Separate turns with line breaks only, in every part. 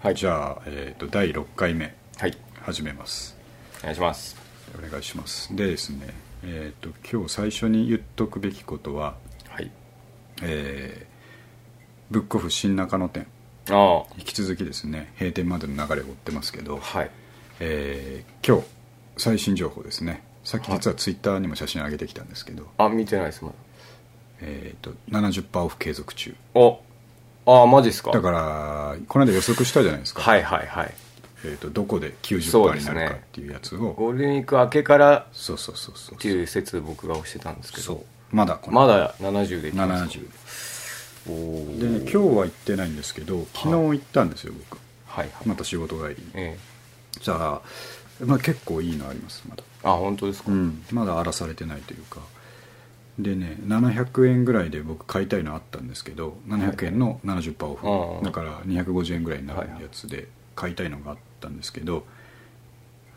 はい
じゃあ、えー、と第6回目
はい
始めます
お願いします
お願いしますでですねえっ、と今日最初に言っとくべきことは
はい
えーブックオフ新中野店
ああ
引き続きですね閉店までの流れを追ってますけど、
はい
えー今日最新情報ですねさっき実はツイッターにも写真上げてきたんですけど、
あ見てないですもん
えー、と70%オフ継続中
おああマジっすか
だからこの間予測したじゃないですか、
はいはいはい
えー、とどこで
そ
90%
うで
に
す
な
ね
るかっていうやつを
ゴールデンウィーク明けから
そう,、そうそうそう
っていう説僕が押してたんですけど
そうまだこの
まだ70でいきます
70
おー
でね今日は行ってないんですけど昨日行ったんですよ、僕
はいはい、
また仕事帰りに
ええ
じゃあ、まあ、結構いいのありますまだ
あ本当ですか、
うんまだ荒らされてないというかでね700円ぐらいで僕買いたいのあったんですけど700円の70%オフ、
うんうん
だから250円ぐらいになるやつで買いたいのがあったんですけど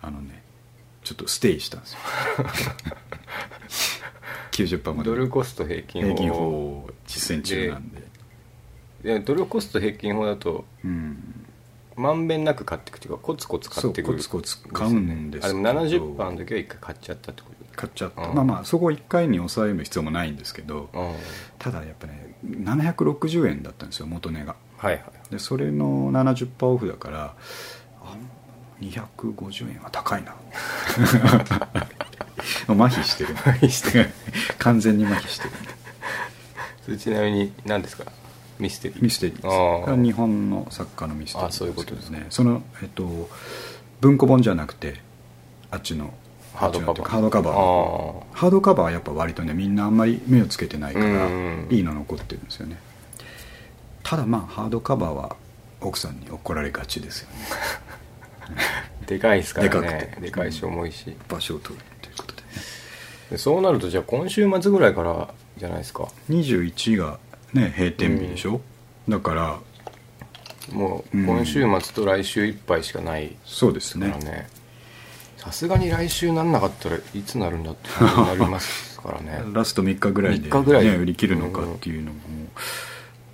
あのねちょっとステイしたん ですよ90%まで
ドルコスト平均法
平均法を実践中なんで
いやドルコスト平均法だと
うん
まんべんなく買っていくっていうかコツコツ買っていく
そうコツコツ買うんですけど
あれ70パーの時は一回買っちゃったってこと
買っちゃった、
うん
まあまあそこを1回に抑える必要もないんですけど
うんはい
ただやっぱね760円だったんですよ元値が
はい
でそれの70%オフだからあ250円は高いな 麻痺してる麻
痺して
る完全に麻痺してる
それちなみに何ですかミステリー
ミステリーです
あ
これは日本の作家のミステリー
あそういうことです
ねその、えっと、文庫本じゃなくてあっちの
ハードカバ
あっ
ー
ちのハードカバー
あ
ハードカバーはやっぱ割とねみんなあんまり目をつけてないから
うん
いいの残ってるんですよねただまあハードカバーは奥さんに怒られがちですよね
あでかいですからね
でかくて
でかいし重いし、
場所を取るということでね
でそうなるとじゃあ今週末ぐらいからじゃないですか
21がね閉店日でしょ、だから
もう今週末と来週いっぱいしかない
そうです
か
ね
らねさすがに来週なんなかったらいつなるんだってことになりますか らね
ラスト3日ぐらいで、
3日ぐらい
ね、売り切るのかっていうのも、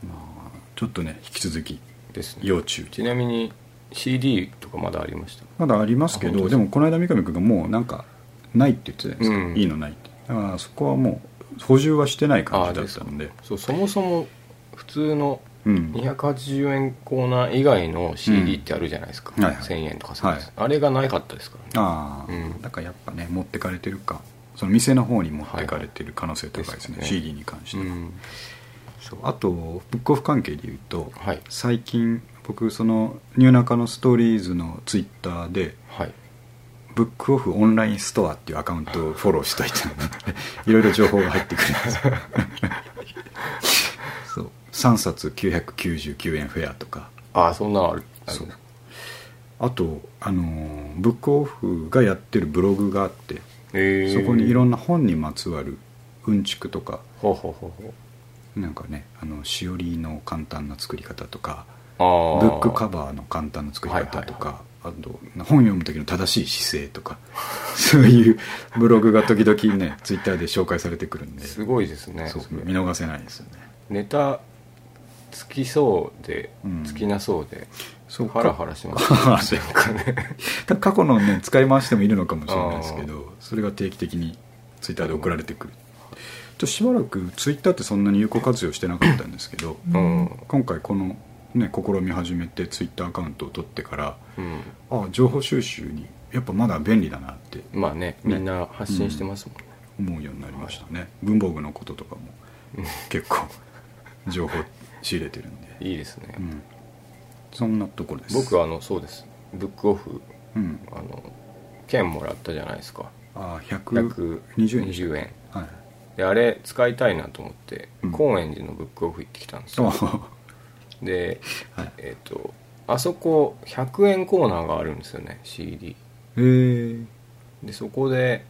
まあ、ちょっとね引き続き
ですね
要注意
ちなみに CD とかまだありました
まだありますけ
あ本
どで
当ですか
もこの間三上君がもうなんかないって言ってたじゃないですか、
うん
いいのないってだからそこはもう補充はしてない
あ
感
あ
じだ
で
っ
す
た
か
ので
そうそもそも普通の
うん
280円コーナー以外の CD ってあるじゃないですか、
うんはいはい
1000円とかさ、
はい
あれがなかったですからね
ああ、
うん
だからやっぱね持ってかれてるかその店の方に持ってかれてる可能性高いですね,、
はいはいですね
CD に関して
う
は、
ん
そうあとブックオフ関係で言うと、
はい
最近僕そのニューナカのストーリーズのツイッターで
はい
ブックオフオンラインストアっていうアカウントをフォローしといて いろいろ情報が入ってくるんですよそう3冊999円フェアとか
ああそんなのあるある
そうあとあのーブックオフがやってるブログがあって
え
そこにいろ
んなん
な本にまつわるうんちくとか
ほうほうほうほう
なんかねあのしおりの簡単な作り方とか
あー
ブックカバーの簡単な作り方とか、あと本読む時の正しい姿勢とか そういうブログが時々ねツイッターで紹介されてくるんです
ごいですね
そう
それ
見逃せないですよね
ネタつきそうで、
うん
つきなそうで
そう
ハラハラしま
ハ
す
ラハラして る
なんかね
多分過去のね使い回してもいるのかもしれないですけどそれが定期的にツイッターで送られてくるちょしばらくツイッターってそんなに有効活用してなかったんですけど
うん、
今回このね試み始めてツイッターアカウントを取ってから
うん、
あ情報収集にやっぱまだ便利だなって
まあねみんな発信してますもんね、
思うようになりましたね文房具のこととかも結構情報仕入れてるんで、
いいですね、
うん、そんなところです
僕はあのそうですブックオフ
うん、
あの券もらったじゃないですか
あ120円
120円
はい
であれ使いたいなと思って、
うん
高円寺のブックオフ行ってきたんですよ
あ
で、
はい
えっ、とあそこ100円コーナーがあるんですよね CD
へえ
でそこで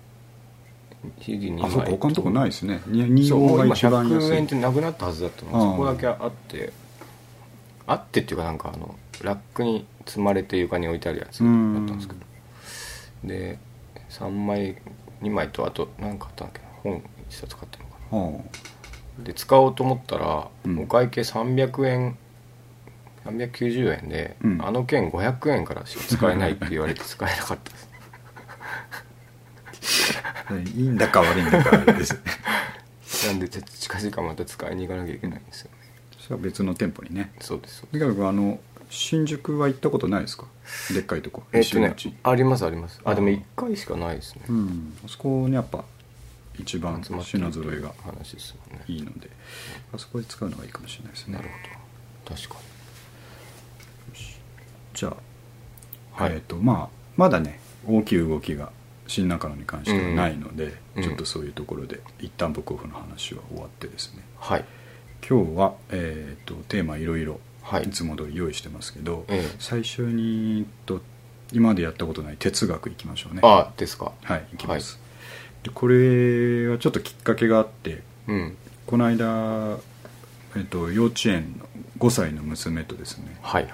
CD2 枚
あそうか他のとこないですねに2
そうも
号
う
が
今
一番
100
安
円っ
い
てなくなったはずだったの
あ
が
あ
そこだけあってあってっていうかなんかあのラックに積まれて床に置いてあるやつだったんですけどで3枚2枚とあと何買ったんだっけな本1冊買ったのか
は
なで使おうと思ったら
うん
お会計300円390円で、
うん
あの券500円からしか使えないって言われて使えなかったです
いいんだか悪いんだかあれです
なんでちょっと近々また使いに行かなきゃいけないんですよね
それは別の店舗にね
そうですそうです
三上君あの新宿は行ったことないですかでっかいとこ
えっとね
西口
ありますありますあでも
あー
1回しかないですね
うんあそこにやっぱ一番
集まって
品揃えが
話ですもんね
いいのであそこで使うのがいいかもしれないですね
なるほど確か
じゃあ、
はい
えっ、とまあまだね大きい動きが新中野に関してはないので、
うん
ちょっとそういうところで一旦僕オフの話は終わってですね
はい
今日は、えっとテーマいろいろ
はい
いつも通り用意してますけど、
ええ
最初に、えっと、今までやったことない哲学いきましょうね
あですか
はいいきます、でこれはちょっときっかけがあって
うん
この間、えっと、幼稚園の5歳の娘とですね
はいはい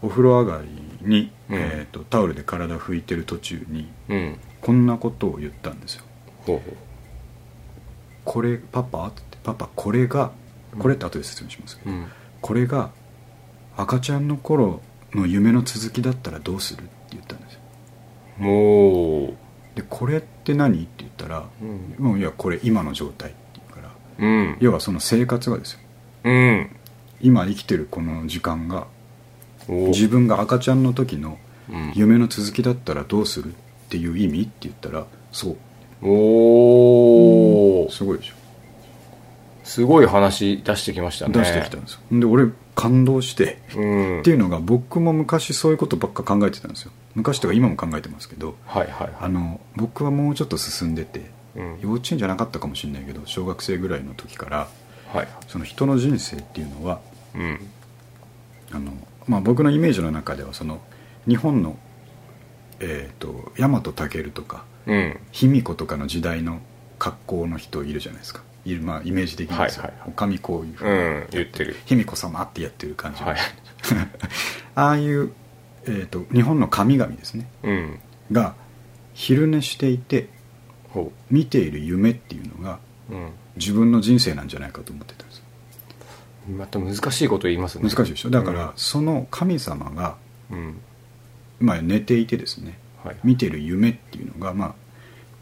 お風呂上がりに、
うん
えー、とタオルで体拭いてる途中に
うん
こんなことを言ったんですよ
ほうほう
「これパパ?」って「パパこれが
うん
これ」って後で説明しますけど、
うん
これが赤ちゃんの頃の夢の続きだったらどうするって言ったんですよ
もう
で「これって何?」って言ったら「
うん
もういやこれ今の状態」って言うから
うん
要はその生活がですよ
うん
今生きてるこの時間が
お
自分が赤ちゃんの時の
うん
夢の続きだったらどうするっていう意味って言ったらそう
おお
すごいでしょ
すごい話出してきましたね
出してきたんですよで俺感動して
うん
っていうのが僕も昔そういうことばっか考えてたんですよ昔とか今も考えてますけど
はいはいは
あの僕はもうちょっと進んでて
いうん
幼稚園じゃなかったかもしれないけど小学生ぐらいの時から
はい
その人の人生っていうのは
うん
あの、まあ、僕のイメージの中ではその日本の、えー、と大和武とか
うん
卑弥呼とかの時代の格好の人いるじゃないですかいる、まあ、イメージ的にですよ、
はいはいはい
おかみこういうふうに
うん言ってる
卑弥呼様ってやってる感じ、
はい
ああいう、えー、と日本の神々ですね
うん
が昼寝していて
ほ
見ている夢っていうのが
ううん
自分の人生なんじゃないかと思ってたんです
また難しいこと言いますね
難しいでしょだから、その神様が、
うんうん
まあ、寝ていてですね
はい
見てる夢っていうのが、まあ、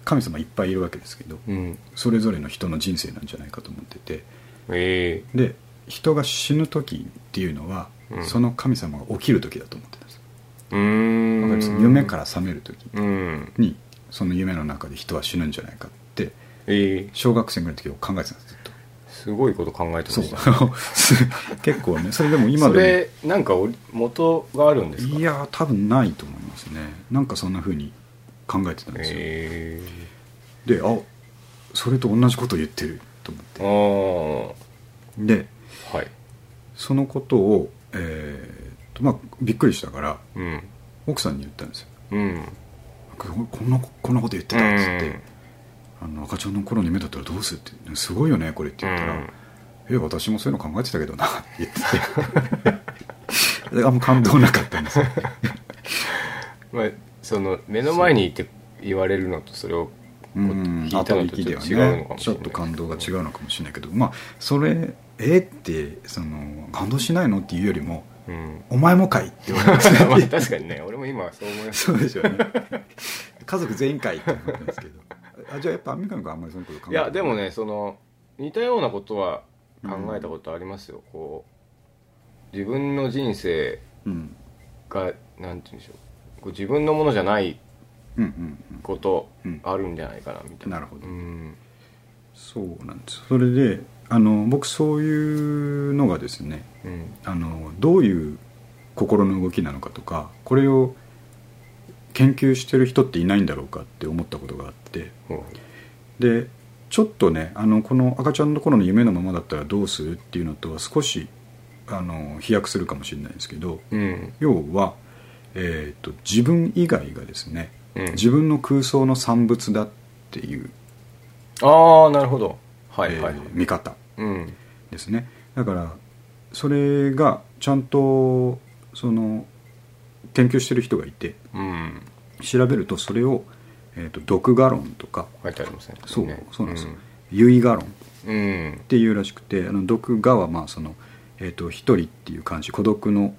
神様いっぱいいるわけですけど
うん
それぞれの人の人生なんじゃないかと思ってて
え
で人が死ぬ時っていうのは、
うん
その神様が起きる時だと思ってたんです
えうん
わかります夢から覚める時
うん
にその夢の中で人は死ぬんじゃないかって
ええ
小学生ぐらいの時を考えてたんですずっと
すごいこと考えてま
そう
した
結構ねそれでも今
今
で
でそれなんかお元があるんですか
もいやー多分ないと思いますねなんかそんな風に考えてたんですよ、
え
であそれと同じこと言ってると思っ
え
て
あ
で
あはい
そのことをえーっとまあびっくりしたから
うん
奥さんに言ったんですよ
うん
ここんなこんなこと言ってたっつって、あの赤ちゃんの頃の夢だったらどうするってすごいよねこれって言ったら
うん
「え私もそういうの考えてたけどな」って言ってて あんま感動なかったん ですよ
まあ、その目の前にいて言われるのとそれをこう
うん
聞いた
後
の
引
と
き
ち
で
ょっ
は
と違うの
ね
かもし
ちょ
れない
っと感動が違うのかもしれないけどまあそれ「えっ?」てその感動しないのっていうよりも
うん
「お前もかい」って言われ
ま
ま した
あ確かにね俺も今そう思います
そうでしょうね家族全員かいって思ったんですけどあじゃあやっぱアンミカ君はあんまりそういうこと考え
い
てない
やでもねその似たようなことは考えたことありますよ、こう自分の人生
うん
がなんて言うんでしょうこう自分のものじゃない
うんうんうん
こと
うん
あるんじゃないかなみたいな、
なるほど
うん
そうなんですそれであの僕そういうのがですね
うん
あのどういう心の動きなのかとかこれを研究してる人っていないんだろうかって思ったことがあって
ほうほ
でちょっとねあのこの赤ちゃんの頃の夢のままだったらどうするっていうのとは少しあの飛躍するかもしれないんですけど
ううん
要は、えー、と自分以外がですね、
うん
自分の空想の産物だっていう、
ああなるほどはいはい、
えー見方
うん
ですねだからそれがちゃんとその研究してる人がいて
うん
調べるとそれを、えー、と毒画論とか
書いてありませんね
そうそうなんですよ
ん
唯画論っ
うん
ていうらしくてあの毒画はまあそのえっ、と、一人っていう漢字、孤独の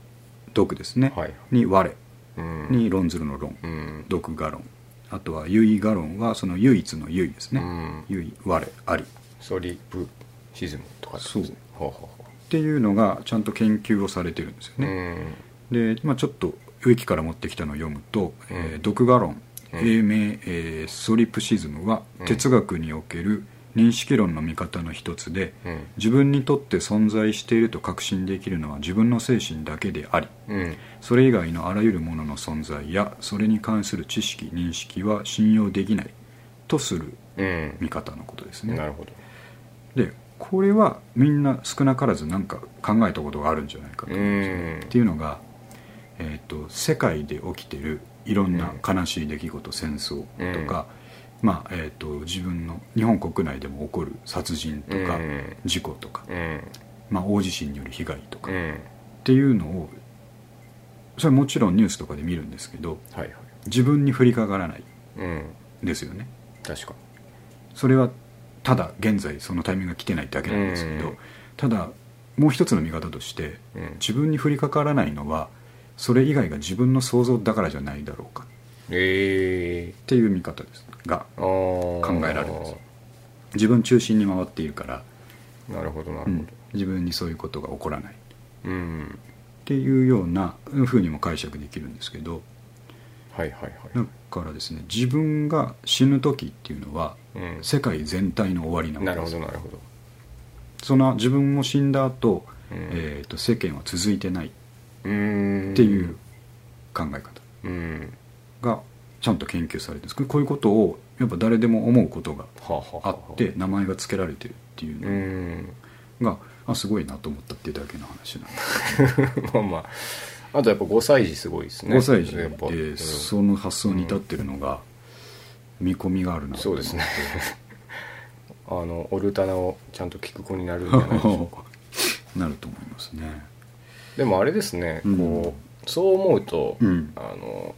毒ですね。
はい
に我、
うん
に論ずるの論、
うん
毒が論。あとは、唯我論は、その唯一の唯です
う
ね。
ん
唯、我、あり。っ
ソリプシズムとかってことですねほうほうほ
ていうのが、ちゃんと研究をされてるんですよ
う
ね。で、まあちょっと、ウィキから持ってきたのを読むと、え
う
ー
ん
毒画論、
うん
英名、えーソリプシズムは、
うん
哲学における認識論の見方の一つで、
うん
自分にとって存在していると確信できるのは自分の精神だけであり、
うん
それ以外のあらゆるものの存在や、それに関する知識、認識は信用できないとする
うん
見方のことです
うんな
ね。
るほど
で、これはみんな少なからずなんか考えたことがあるんじゃないかと
う
思うんですよね
ん
っていうのが、えー、と世界で起きてるいろんな悲しい出来事、戦争とか、まあえー、と自分の日本国内でも起こる殺人とか、
うん
事故とか、
うん
まあ、大地震による被害とか、
う
っ
ん
ていうのをそれもちろんニュースとかで見るんですけど
はいはい
自分に降りかからない
うん
ですよね
確か
それはただ現在そのタイミングが来てないだけなんですけど、
うん
ただもう一つの見方として
にうん
自分に降りかからないのはそれ以外が自分の想像だからじゃないだろうか
ええ
っていう見方ですが
あ考
考えられるんですよ自分中心に回っているから、
なるほどな
う
るほ
ん自分にそういうことが起こらないっ
どうん
ていうようなふうにも解釈できるんですけど
はいはい
だ
は
からですね自分が死ぬ時っていうのはい
うん
世界全体の終わりな
な
わけで
るほ
す
どなるほど
その自分も死んだ後、
うん
えーと世間は続いてないっ
うん
ていう考え方
うん
がちゃんと研究されてるんですこれこういうことをやっぱ誰でも思うことが
はあは
あ
あはあ
って名前が付けられてるっていう
う
の
ん
が、あすごいなと思ったっていうだけの話なんです、
まあまああとやっぱ5歳児すごいですね
5歳児
やっぱう
で
ん
その発想に至ってるのが見込みがあるなと
そう
思っ
で
て
すねあのオルタナをちゃんと聞く子になるんじゃないで しょうか
なると思いますね
でもあれですねこう、
うん
そう思うと、
うん
あの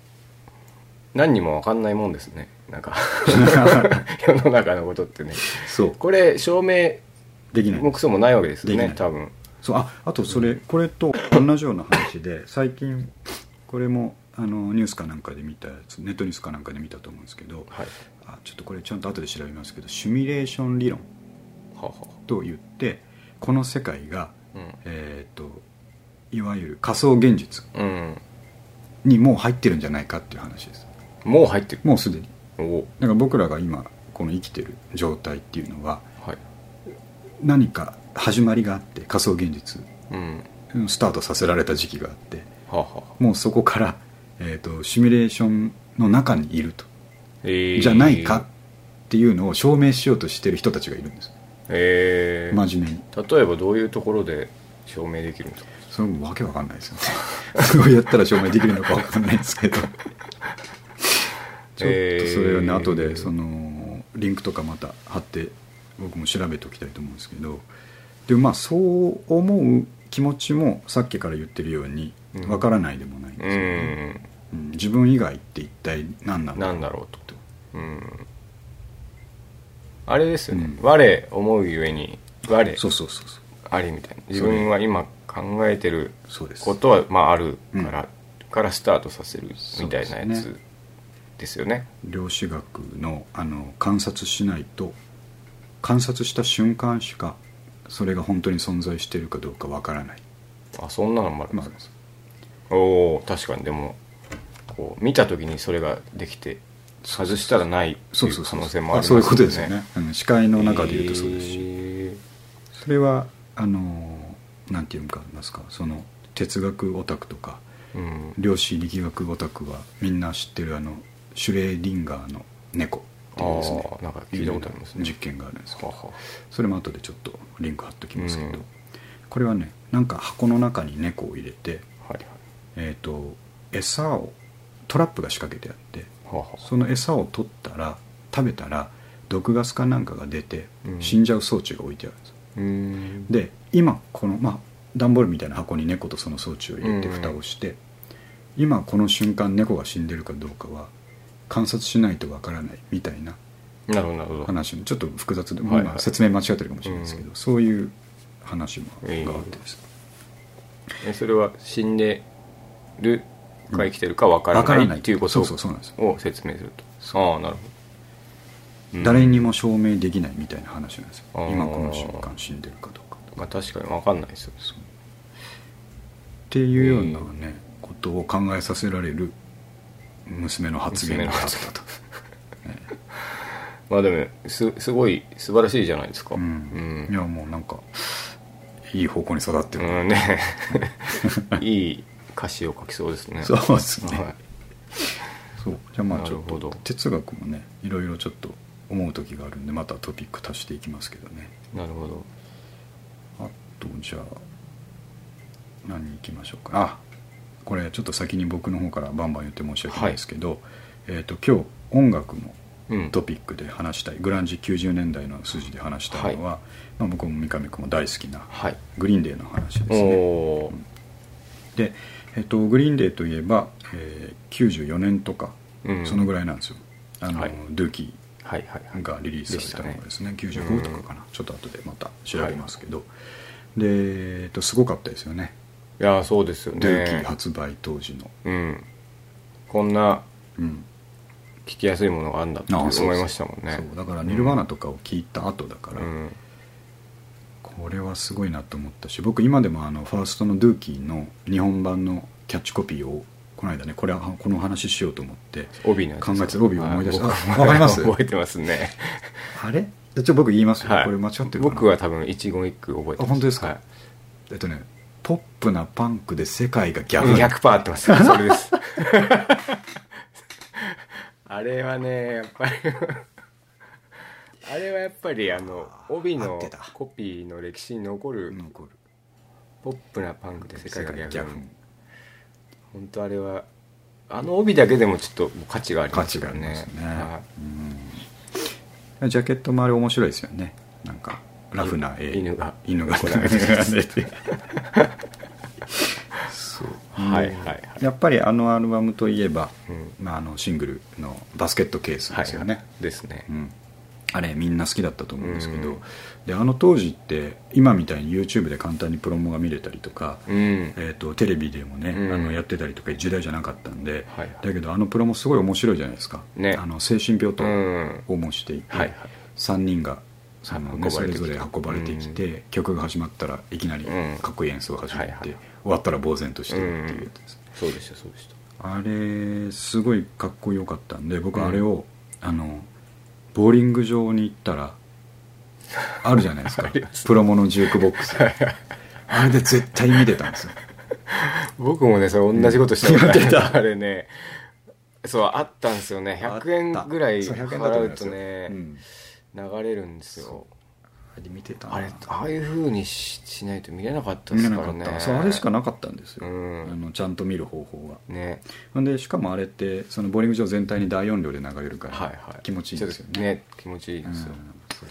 何にも分かんないもんですねなんか 世の中のことってね
そう
これ証明
できない
もクソもないわけですよ
できな
ね
い
多分
そうああとそれこれと同じような話で最近これもあのニュースかなんかで見たやつネットニュースかなんかで見たと思うんですけど
はい
あちょっとこれちゃんと後で調べますけどシミュレーション理論
はあは
と言ってこの世界が
あうん
えー、といわゆる仮想現実
うん、
にもう入ってるんじゃないかっていう話です
もう入ってく
もうすでに
るお
だから僕らが今この生きてる状態っていうのは
はい
何か始まりがあって仮想現実
うん
うんスタートさせられた時期があって
はあはあ
もうそこから、えー、とシミュレーションの中にいると
えー
じゃないかっていうのを証明しようとしてる人たちがいるんです
えー
真面目に
例えばどういうところで証明できるんですか
それもわけわかんないですよね どうやったら証明できるのかわかんないですけ どちょっとそれはね、
えー
後でそのリンクとかまた貼って僕も調べておきたいと思うんですけどでまあそう思う気持ちもさっきから言ってるように
うん
わからないでもないんです
う
よね、
ん
うん自分以外って一体何なの
なんだろうとうんあれですよね、
うん
我思うゆえに我
そうそうそうそう
ありみたいな自分は今考えてる
そうです
ことはまああるから、からスタートさせるみたいな
そ
や
うです
つですよね
量子学のあの観察しないと観察した瞬間しかそれが本当に存在しているかどうかわからない、
あそんなのもあるんで
ますあ
ね、、おお確かにでもこう見た時にそれができて外したらないって
そう
い
そうう
可
そう
能性もあり
あ
ます
そういうことですよね、うん、視界の中で言うとそうですし、
え
それはあのなんていうんかますかその哲学オタクとか
ーうん、
量子力学オタクはみんな知ってるあのシュレーディンガーの猫っていうですね
あーなんか聞いたことありますね
実験があるんですけど
はは
それも後でちょっとリンク貼っときますけど、
うん
これはねなんか箱の中に猫を入れて
はいはい
えっ、と餌をトラップが仕掛けてあって
はは
その餌を取ったら食べたら毒ガスかなんかが出て
うん
死んじゃう装置が置いてあるんです、
うーん
で今このまあ段ボールみたいな箱に猫とその装置を入れて
うん
蓋をして、今この瞬間猫が死んでるかどうかは観察しないとわからないみたいな
なるほどなるほど
話もちょっと複雑で、
はいはい
今説明間違ってるかもしれないですけど、
う
そういう話もがあ
ええ
ってですね、
えそれは死んでるか生きてるかわから
わから
な
ないい
っていうことを
そうそうそうなんです
を説明するとああなるほど、うん
誰にも証明できないみたいな話なんですよ
あー
今この瞬間死んでるかどうか
まあ確かにわかんないですよ
っていうようなね、ことを考えさせられる娘の発言
娘
が
の
あった
発言
と
まあでもすすごい素晴らしいじゃないですか
う
うん
ん、いやもうなんかいい方向に育ってる、
うんね いい歌詞を書きそうです ね
そうですね、
は
そうじゃあまあちょっ
なるほど
と哲学もねいろいろちょっと思う時があるんでまたトピック足していきますけどね
いなるほど
あとじゃあ何いきましょうかあこれちょっと先に僕の方からバンバン言って申し訳ないですけど、えっ、と今日音楽の
うん
トピックで話したいグランジ90年代の数字で話したいのは、まあ、僕も三上君も大好きな
はい
グリーンデーの話ですね
おー
で、えっとグリーンデーといえば、えー94年とか、
うん
そのぐらいなんですよあの、
はい
ドゥーキ
はいはいは
ー
い
がリリースされたのがですね
したね
95とかかな、ちょっと後でまた調べますけど、で、えっと、すごかったですよね
いやーそうですよね
ドゥーキー発売当時の、
うんこんな
うん
聞きやすいものがあるんだって
ああそうそう
思いましたもんね
そうだからニルバーナとかを聞いた後だから、
うん
これはすごいなと思ったし僕今でもあのファーストの「ドゥーキー」の日本版のキャッチコピーをこの間ねこれはこの話しようと思って
帯のやつ
考えてた帯を思い出した
は
あわかります
覚えてますね
あれじゃあ僕言いますよ、
はい
これ間違ってるかな
僕は多分一言一句覚えてます
あ本当ですか
はい
えっとねポップなパンクで世界が逆だ
100%合って ますそれです あれはねやっぱり あれはやっぱりあの帯
合
の
ってた
コピーの歴史に残る
残る
ポップなパンクで世界が
世界
逆本当あれはあの帯だけでもちょっともう価値があり
価
ます
値が
よ
あります
ね
ね
は
うんジャケットもあれ面白いですよねなんかラフな絵
犬が
犬が
これ
出てそう
いはいはいはい
やっぱりあのアルバムといえば、
う
まあ、あのシングルの「バスケットケース」ですよね、
ですね
うん、あれみんな好きだったと思うんですけど、
うん
であの当時って今みたいに YouTube で簡単にプロモが見れたりとか、
うん
えー、とテレビでもね、
うん
あのやってたりとかいう時代じゃなかったんで、
はい
だけどあのプロもすごい面白いじゃないですか、
ね
あの精神病棟
うん
を模していて、
はいはい
3人がそのね
運ば
そ
れ
れ
てきて
ぞれ運ばれてきて、曲が始まったらいきなり
うん
かっこいい演奏が始まって、
はいはい
終わったら呆然としてるっていうやつです、
そうでしたそうでした
あれすごいかっこよかったんで僕あれを、あのボーリング場に行ったらあるじゃないです かプロモのジュークボックスあれで絶対見てたんですよ
僕もねそれ同じことしたこと
や
ある
ってた
あれねそうあったんですよね100
あっ
円
た
ぐらい
そう100円だと思
払
いうます
と
よ
ね
うん
流れるんですよ
あれ見てたな
あれああいうふうにししないと見れなかったで
見れ
す
な
か
からっ
ね
たそうあれしかなかったんですよ、
うん
あのちゃんと見る方法が
ね
ほんでしかもあれってそのボーリング場全体に大音量で流れるから、
はいはい
気持ちいいんですよ
ちょっと
ね
ね気持ちいい
うん
です
そう
よ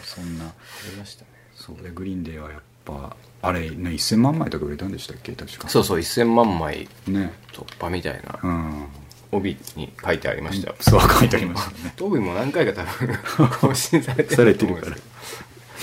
そんな
ありましたね
そうでグリーンデーはやっぱあれ、ね、1000万枚とか売れたんでしたっけ確か
そうそう1000万枚
うね
突破みたいな
うん
帯に書いてありましたよ
そう書いてありました ね
帯も何回か多分更新されて
され
と
て
思
る
うん
か
です
ら
けど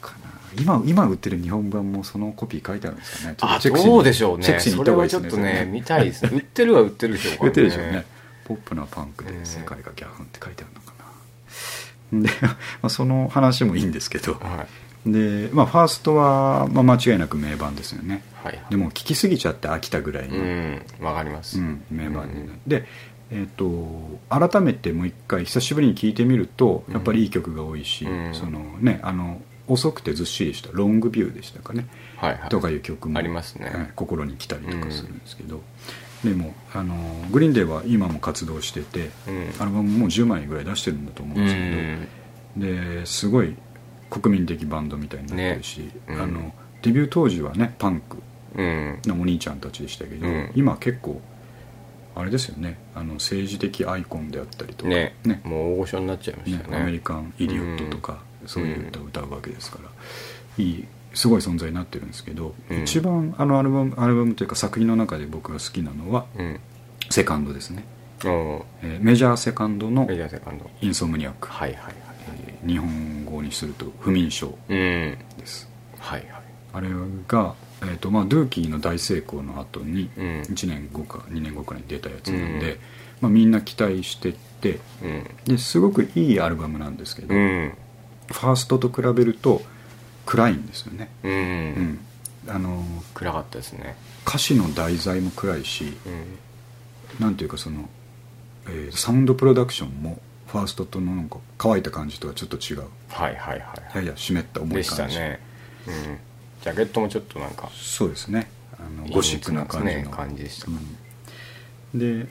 かな今今売ってる日本版もそのコピー書いてあるんですかねちょっと
あ
チェックし
どうでしょうね
チェックしに行
そ
った方
れ
がい
はいち
で
ょ
す
っ
ね
とね見たいですね売ってるは売ってるでしょうから
売ってるでしょうねポップなパンクで世界がギャフンって書いてあるのかなで、 まあ、その話もいいんですけど
はい
で、まあ、ファーストは、まあ、間違いなく名盤ですよね
はい
でも聞きすぎちゃって飽きたぐらいの、
うんわかります
うん名盤にな
うん
で、えー、と改めてもう一回久しぶりに聞いてみるとやっぱりいい曲が多いし、
うん
そのねあの遅くてずっしりした「ロングビュー」でしたかね、
はいはい
とかいう曲も
ありますね
はい心に来たりとかするんですけど、でもあのグリーンデーは今も活動してて、
うん
アルバムもう10枚ぐらい出してるんだと思うんですけど、ですごい国民的バンドみたいになってるし、
ねうん
あのデビュー当時はねパンク
うんうん
のお兄ちゃんたちでしたけど、
うん
今結構あれですよねあの政治的アイコンであったりとか
ね
ね
もう大御所になっちゃいまし
ね
た
アメリ
ね
カン・イディオットとか、そういう歌を歌うわけですから、いいすごい存在になってるんですけど、
うん
一番あのアルバムアルバムというか作品の中で僕が好きなのは
うん
セカンドですね、
お
えーメジャーセカンドの
メジャーセカンド
「インソムニアック」
はいはい
えー日本語にすると「不眠症
はいうん」
です
はいはい
あれが、ええーとまあ、ドゥーキーの大成功の後に
うん
1年後か2年後くらいに出たやつなん
う
で
ん、
まあ、みんな期待してって
うん
ですごくいいアルバムなんですけど、
う
フ
ん
ァーストと比べると暗いんですよね、
う
う
ん、
んあの
暗かったですね
歌詞の題材も暗いし
うん
なんていうかその、えーサウンドプロダクションもファーストとのなんか乾いた感じとはちょっと違う
はいはいはい
やや湿った重
で
い
し
感
た
じ、
ねうんジャケットもちょっとなんか
そうですねあの
いい
ゴシックな感じの、
ね感じでした
うんで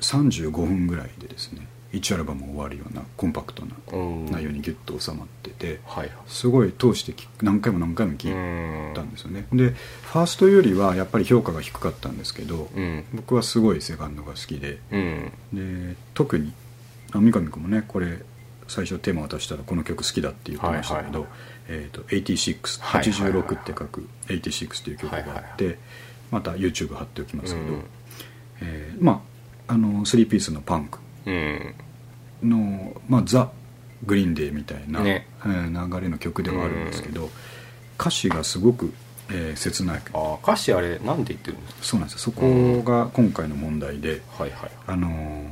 35分ぐらいでですね1アルバム終わるようなコンパクトな
うん
内容にギュッと収まってて
はいはい
すごい通して聞く何回も何回も聞いたんですよねでファーストよりはやっぱり評価が低かったんですけど
うん
僕はすごいセカンドが好きで
うん
で特にあ三上君もねこれ最初テーマ渡したらこの曲好きだって言ってましたけど「
はい
えー、と86」
はいはいはいはい
86って書く「86」っていう曲があって、
はいはい
また YouTube 貼っておきますけど、
うん
えーまああの3ピースのパンク
うん
の、まあ、ザ・グリーンデーみたいな、
ね
えー流れの曲ではあるんですけど、歌詞がすごく、えー切ない
ああ歌詞あれなんで言ってるんですか
そうなんですよそこが今回の問題で。
はいはい
あのー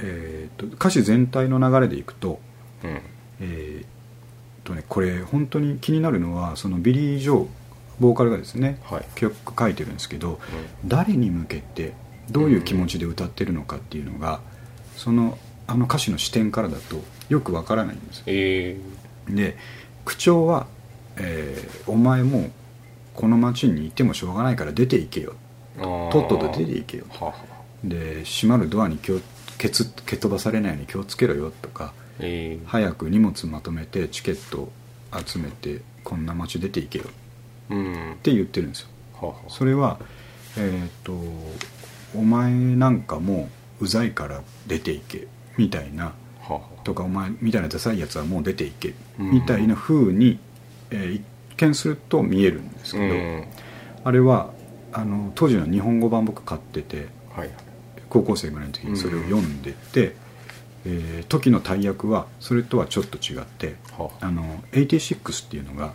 えーと歌詞全体の流れでいくと,、
うん
えーとね、これ本当に気になるのはそのビリー・ジョーボーカルがですね、
はい
曲書いてるんですけど、誰に向けてどういう気持ちで歌ってるのかっていうのが、そのあの歌詞の視点からだとよくわからないんですよ
ええ
で口調は、えーお前もうこの町にいてもしょうがないから出ていけよ」
と
とっとと出ていけよ
はあはあ
で閉まるドアに気を蹴つ蹴飛ばされないように気をつけろよとか
ええ
早く荷物まとめてチケット集めてこんな街出ていけよっ
うんは
て言ってるんですよ
あはあ
それはえーっ、とお前なんかもううざいから出ていけみたいな
はあはあ
とかお前みたいなダサいやつはもう出ていけ
うん
みたいな風に、えー一見すると見えるんです
う
けど、
ん
あれはあの当時の日本語版僕買ってて
はい
高校生ぐらいの時にそれを読んでて、えー時の大役はそれとはちょっと違って
はあ
あの86っていうのが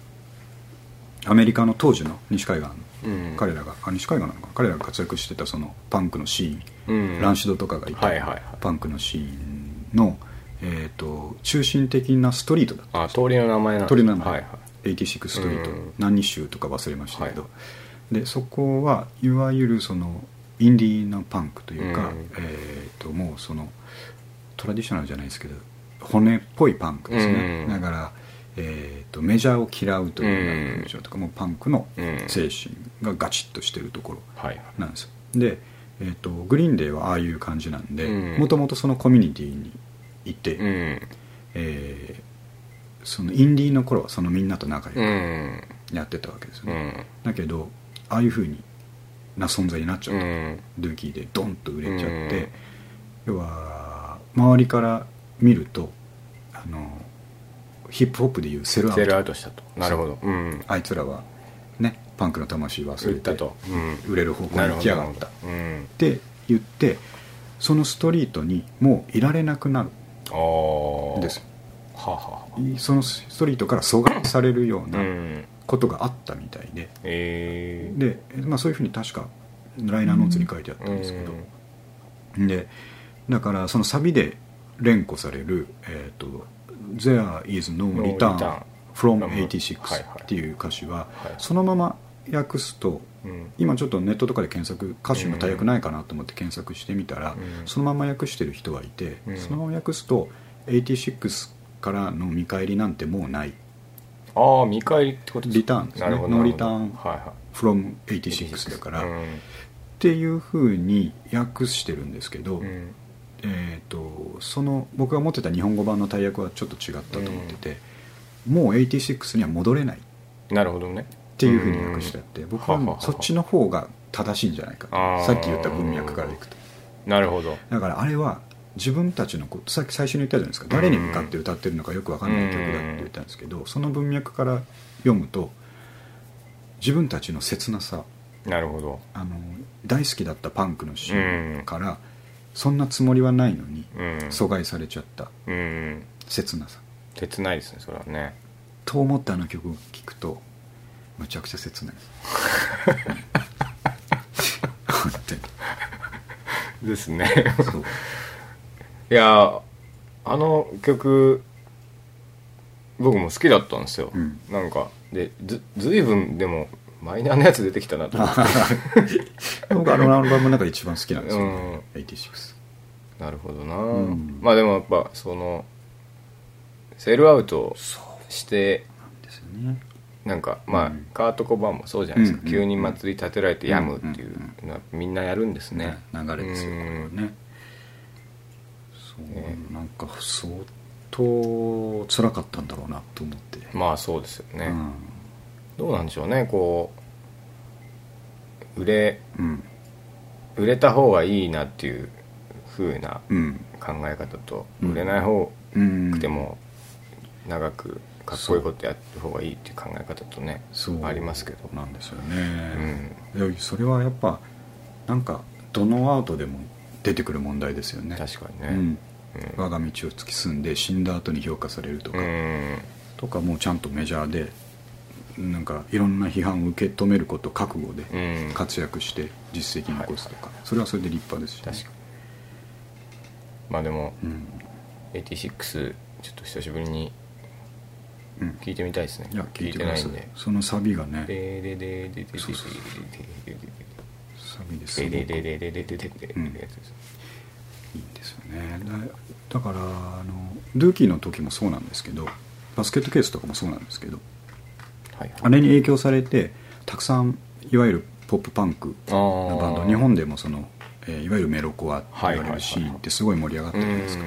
アメリカの当時の西海岸の
うん
彼らがあ西海岸なのかな彼らが活躍してたそのパンクのシ
う
ーン、
ん
ランシドとかがいた、
はいはいはい
パンクのシーンの、えー、と中心的なストリートだ
あ通りの名前なんです
鳥なの、
はいはい
86ストリート、
うん
何州とか忘れましたけど、
は
でそこはいわゆるそのインディーナパンクというか、
うん
えー、ともうそのトラディショナルじゃないですけど骨っぽいパンクですね、
うん
だから、えー、とメジャーを嫌うというような風潮とか、もうパンクの
うん
精神がガチッとしてるところ
はい
なんですよで、えー、とグリーンデーはああいう感じなんで
うん
もともとそのコミュニティにいて、
うん
えーそのインディーの頃はそのみんなと仲良
う
く
ん
やってたわけですよ
う
ね、
ん
だけどああいうふうにな存在になっちゃ
う
うと、
ん
ルーキーでドンと売れちゃって、要は周りから見るとあのヒップホップでいうセルア
セ
ウ
ル
ト
アウトしたとなるほどうん
あいつらはねパンクの魂忘
売
れ
った
て
とうん
売れる方向
なる
に行
ほど
きやがったっ
うん
て言ってそのストリートにもういられなくなる
ああ
んですよ
はあはあ
そのストリートから阻害されるよう
う
な、
ん
ことがあったみたいで
ええ
で、まあ、そういうふうに確かライナーノーツに書いてあったんですけど、でだからそのサビで連呼される「えー、と There is no
No
return
return
from
from
86」
はいはい
っていう歌詞は
はい
そのまま訳すと
うん
今ちょっとネットとかで検索歌詞の大役ないかなと思って検索してみたら、
うん
そのまま訳してる人がいて、
うん
そのまま訳すと86からの見返りなんてもうない
ああ見返りってこと
リターンですね
なるほど
ノー
なる
リ
ほ
タ
ど
ーン
はいはい
from 86だから、
うん
っていうふうに訳してるんですけど、
うん
えー、とその僕が持ってた日本語版の大役はちょっと違ったと思ってて、もう86には戻れないっ
なるほどねって
いうふうに訳してあって、僕は
ははは
そっちの方が正しいんじゃないか
あー
さっき言った文脈からいくと
なるほど
だからあれは自分たちのことさっき最初に言ったじゃないですか誰に向かって歌ってるのかよく分かんない曲だって言ったんですけど、その文脈から読むと自分たちの切なさ、
なるほど
あの大好きだったパンクのシー
う
ン
ん
から、そんなつもりはないのに
うん
阻害されちゃった
うん
切なさ
切ないですねそれはね
と思ってあの曲を聴くとむちゃくちゃ切ない本当に
ですね
そう
いやあの曲僕も好きだったんですよ、
うん
なんかでずずいぶんでもマイナーなやつ出てきたなと思って
僕あのアルバムの中で一番好きなんですよ、ね86
なるほどな、
ん
まあでもやっぱそのセールアウト
そう
して
なんですよね
なんかまあ、
うん
カート・コバーンもそうじゃないですか、
うんうん
急に祭り立てられて病むっていうのはみんなやるんですね、
ね流れですよ
う
これは
ん
ねそう、
ね
なんか相当辛かったんだろうなと思って、
まあそうですよね、
うん
どうなんでしょうねこう売れ
うん
売れた方がいいなっていう風な
うん
考え方と、
うん
売れない方
うん
でも長くかっこいいことやった方がいいっていう考え方とね
そう
ありますけど
なんですよね、いやそれはやっぱなんかどのアートでも出てくる問題ですよね
確かに
う
ね
ん、我が道を突き進んで死んだ後に評価されると
う
か、
ん、うん
とかもうちゃんとメジャーでなんかいろんな批判を受け止めること覚悟で
うん
活躍して実績残すとか、それはそれで立派ですし、ね、
確かにまあでも
うん、
86ちょっと久しぶりに
うん、
聞いてみたいですね
いや聞いてくだ
ない
さ
ん
い
で
そのサビがね
でででででででででで
そうそうサビですごくいいん
ででででででで
ですよねだだからあのドゥーキーの時もそうなんですけどバスケットケースとかもそうなんですけど
はい
あれに影響されてたくさんいわゆるポップパンクのバンド日本でもその、えーいわゆるメロコアって言われるシーンってすごい盛り上がったじゃないですか、